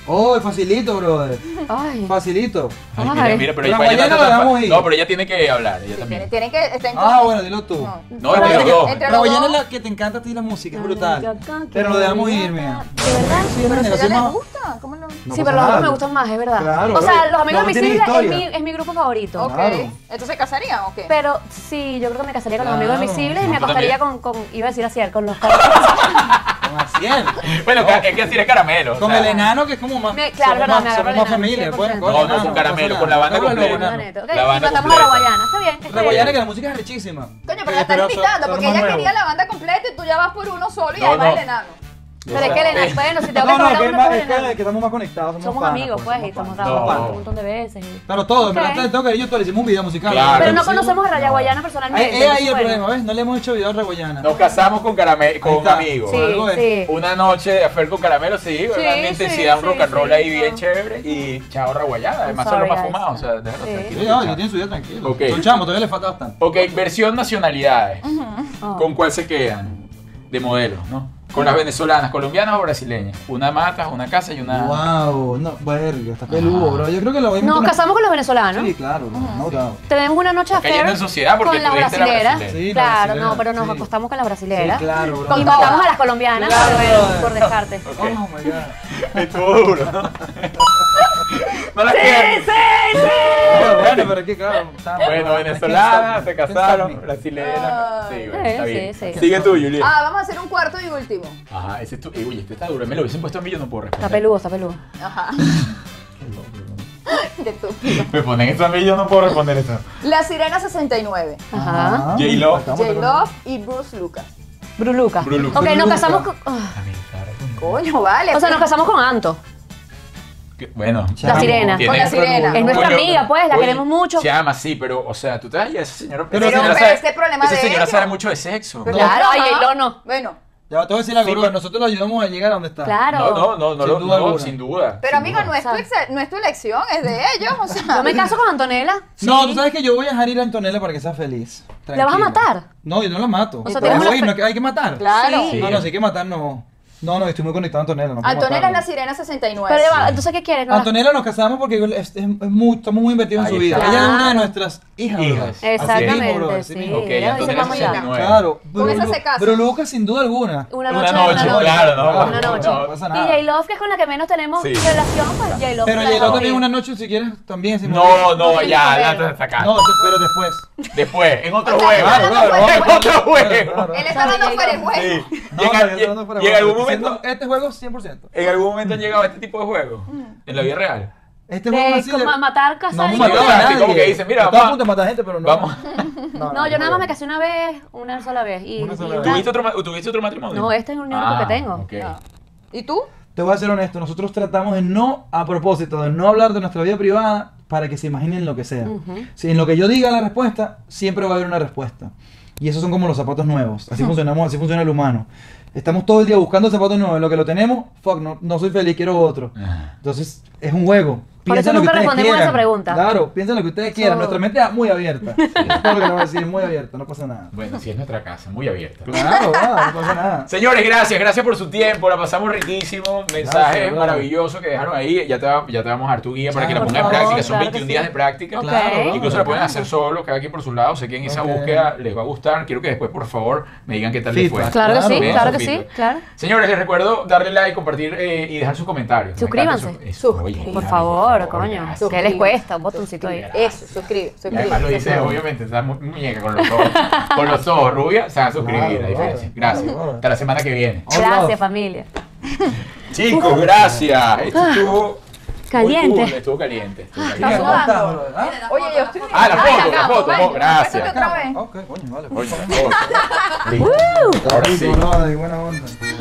Oh, facilito, brother.
Ay.
Facilito.
Ay,
Ay.
mira, mira, pero
La
ella- ella
mañana
no-
la vamos a ir.
No, pero ella tiene que hablar, ella
Tienen,
también.
tienen que estar en-
Ah, bueno, dilo tú.
No.
No, entre los dos.
Entre-
La Guayana es la que te encanta a ti la música, es brutal. Pero lo dejamos ir, mira.
¿De verdad?
Sí, una
¿Pero si ya
generación
les
más-
gusta? ¿Cómo no?
No
sí,
pasa
pero los
nada.
otros me gustan más, es verdad.
Claro,
o sea,
claro.
los amigos
No,
de
tiene
Invisible es mi,
historia.
es mi grupo favorito.
Ok.
Claro.
¿Entonces se casarían o qué?
Pero sí, yo creo que me casaría con los
Claro.
amigos de Invisible y
No,
me
tú
acostaría con, con- iba a decir así, con los
Con Asiel.
Bueno, ca- es que así es caramelo. o
Oh. Con
sea,
el enano que es como más.
Me- claro,
somos
verdad,
más-
me agarro
somos
el
más
enano,
familia,
100%.
pues.
No,
no,
enano,
con
pasa
caramelo,
nada.
con la banda
Vamos a lo
completa.
enano.
Ok,
La banda
matamos a la
completa.
Guayana, está bien. está
La
bien.
Guayana que la música es rechísima.
Coño, pero la están invitando porque ella quería la banda completa y tú ya vas por uno solo y
No,
además
no.
el enano.
Pero es que el enano, bueno, si tengo
No,
que
no,
cobrar
que, es
uno,
más-
cobro el
es que,
enano.
que estamos más conectados. Somos,
Somos
panas,
amigos, pues, y estamos
somos
panas.
trabajando
No.
un montón de veces. y-
Claro, todos,
Ok.
pero antes de todo, cariño, todo le hicimos un video musical.
Claro.
Pero no
Sí,
conocemos a Raya Guayana
Ahí,
personalmente.
ahí, ahí el
bueno.
problema, ¿ves? No le hemos hecho video a Raguayana.
Nos casamos con caramelo, con
Ahí
un
está.
amigo.
Sí. algo
Sí,
es.
sí.
Una noche de afer con caramelo, sí, una
sí,
intensidad, un rock and
sí,
roll
sí,
ahí
no.
bien chévere y chao raguayada, además son los
sorry,
más
guys.
fumados, o sea, déjalo
Sí.
tranquilo.
Sí, no, ellos tienen su vida tranquilo.
Ok.
Son chamos, todavía les falta bastante.
Ok, versión nacionalidades.
Ah.
¿Con cuál se quedan? De modelos, ¿no? Con las venezolanas, colombianas o brasileñas. Una mata, una casa y una.
Wow, no, verga, está peludo, bro. Yo creo que lo voy a
Nos
meter-
casamos con los venezolanos.
Sí, claro, bro, no doubt.
Tenemos una noche de
Está cayendo
affair
en sociedad porque
con las
tú dijiste la
brasileras.
brasilera.
Sí, la
claro,
brasilera,
no, pero nos
sí.
acostamos con las brasileras.
Sí, claro, bro.
Y
todas.
matamos a las colombianas
Claro.
por, ver- por descarte.
Ok.
Oh my god.
Estuvo duro, ¿no? no la quedan.
bueno, pero es que claro. está-
Bueno,
está-
venezolana,
está-
se
está-
casaron,
está-
brasileña. Sí, bueno, está
Ah, Sí,
bien.
sí, sí.
Sigue tú, Julián.
Ah, vamos a hacer un cuarto y último.
Ajá, ese es tu. Uy, este está duro. Me lo hubiesen puesto a mí, yo no puedo responder.
Está peludo, está peludo.
Ajá. Qué estúpido.
Me ponen eso a mí, yo no puedo responder eso.
La Sirena 69.
Ajá.
Ah,
J-Lo.
estamos de
J.
acuerdo.
Love y Bruce Lucas.
Bruluca.
Bruluca.
Ok, nos
Bruluca.
casamos con. ah.
Coño, vale.
O sea, nos casamos con Anto.
Que- Bueno,
La sirena.
tiene-
Con la sirena.
Es nuestra
Coño,
amiga, pues, la
oye,
queremos mucho.
Chama, sí, pero, o sea, tú te vas a ese señor.
Pero- este
esa
pero
señora
ese problema
esa
de
señora
ellos.
sabe mucho de sexo.
Pero-
No,
Claro,
Ajá.
ay, yo no.
Bueno,
Ya te voy a decir algo,
Sí,
bro. Nosotros lo ayudamos a llegar a donde está.
Claro.
no, no, no, no,
Sin
lo-
duda
no,
alguna.
sin duda.
pero
sin
amigo,
duda.
no es, tu exe- no es tu elección, es de ellos. O sea,
Yo me caso con Antonella.
No, tú sabes que yo voy a dejar ir a Antonella para que sea feliz.
¿La vas a
Tranquila.
matar?
No, yo no la mato.
O sea,
Pero
tenemos
voy,
la
no,
fe-
hay que matar. Ah,
Claro.
Sí.
No, no, si hay que matar, no. No, no, estoy muy conectado a Antonella. No puedo
Antonella es
matarla.
la Sirena 69.
Pero ya va, entonces, ¿qué quieres? No la-
Antonella nos casamos porque es, es- es muy, estamos muy invertidos en
Ahí
su vida.
está.
Ella es una de nuestras hijas.
Hijas.
brother. Así
Exactamente,
mismo, brother, así
sí.
mismo.
Ok,
Ella dice,
Antonella
vamos ya.
69.
Claro.
Con esa
Bru-
se casa.
Bru Lucas, sin duda alguna.
Una
Una
noche,
noche, claro, no,
Una
no,
noche.
no pasa nada.
Y J. Love, que es con la que menos tenemos
Sí.
relación, pues J. Love.
Pero
claro,
llegó también
sí.
una noche, si quieres, también. si
No, no,
sí,
ya,
sí,
la
sí.
estás
No,
sacando.
pero después.
Después, en otro
O sea,
juego.
claro, claro,
En
claro.
otro juego.
Claro,
Él está hablando fuera de juego.
Sí.
No, pero
Llega
yo no
llega- llega
fuera de
algún
juego.
momento.
Este juego 100%.
¿En algún momento han llegado a este tipo de juegos?
Mm.
¿En la vida real?
Este
De
juego así
como
de-
matar, casar
No hemos
y-
matado
matado a
así
nadie.
como que dicen, mira,
Estaba
vamos.
a punto de matar gente, pero no.
Vamos.
No, yo nada más me casé una vez, una sola vez. Y,
Una sola
y
vez.
¿Tuviste otro, ma- ¿Tuviste otro matrimonio?
No, este es el único
Ah,
que tengo.
ok.
No. ¿Y tú?
Te voy a ser honesto, nosotros tratamos de no, a propósito, de no hablar de nuestra vida privada para que se imaginen lo que sea. Si en lo que yo diga la respuesta, siempre va a haber una respuesta. Y esos son como los zapatos nuevos. Así funcionamos, así funciona el humano. Estamos todo el día buscando zapatos nuevos. En lo que lo tenemos, fuck, no, no soy feliz, quiero otro. Entonces, es un juego.
Por
Piensa
eso
en lo que
nunca
ustedes
respondemos a esa
quieran.
pregunta.
Claro, piensen lo que ustedes quieran.
So-
Nuestra mente es muy abierta. Es todo lo que le voy a decir, muy abierta, no pasa nada.
Bueno, sí, es nuestra casa, muy abierta.
Claro, va, no pasa nada.
Señores, gracias, gracias por su tiempo, la pasamos riquísimo, mensajes
Gracias, brother.
maravillosos que dejaron ahí, ya te, va- ya te vamos a dar tu guía para que la
Claro,
pongas en
por
favor,
práctica, son
claro que
21
sí.
días de práctica,
Ok.
Claro,
incluso la pueden hacer solo, cada quien por su lado, sé que en esa
Ok.
búsqueda les va a gustar, quiero que después por favor me digan qué tal les fue.
Feedback.
Claro que sí,
Bien,
claro que
su
sí,
feedback.
claro.
Señores, les recuerdo darle like, compartir eh, y dejar sus comentarios. Me encanta
Suscríbanse.
eso. Eso, oye,
Suscríbanse.
Por
gracias,
favor, coño.
gracias.
¿Qué les cuesta? Un botoncito ahí.
Eso, suscribe,
Y
suscribe.
además lo dice, obviamente, esa mu- muñeca con los ojos, con los ojos rubia, se van a suscribir,
Claro,
la diferencia.
brother.
Gracias.
Claro, brother.
Hasta la semana que viene.
Gracias, familia.
Chicos, gracias. Esto estuvo
Caliente.
muy cool, estuvo caliente. estuvo caliente.
Mira, ¿cómo estás, brother? ¿Ah?
Oye, yo estoy...
Ah, la foto, la
acabo,
foto.
vale.
no, gracias.
Otra vez.
Ok, coño, vale.
Coño, la foto. Listo. Ahora sí.
Ahora sí. Buena onda.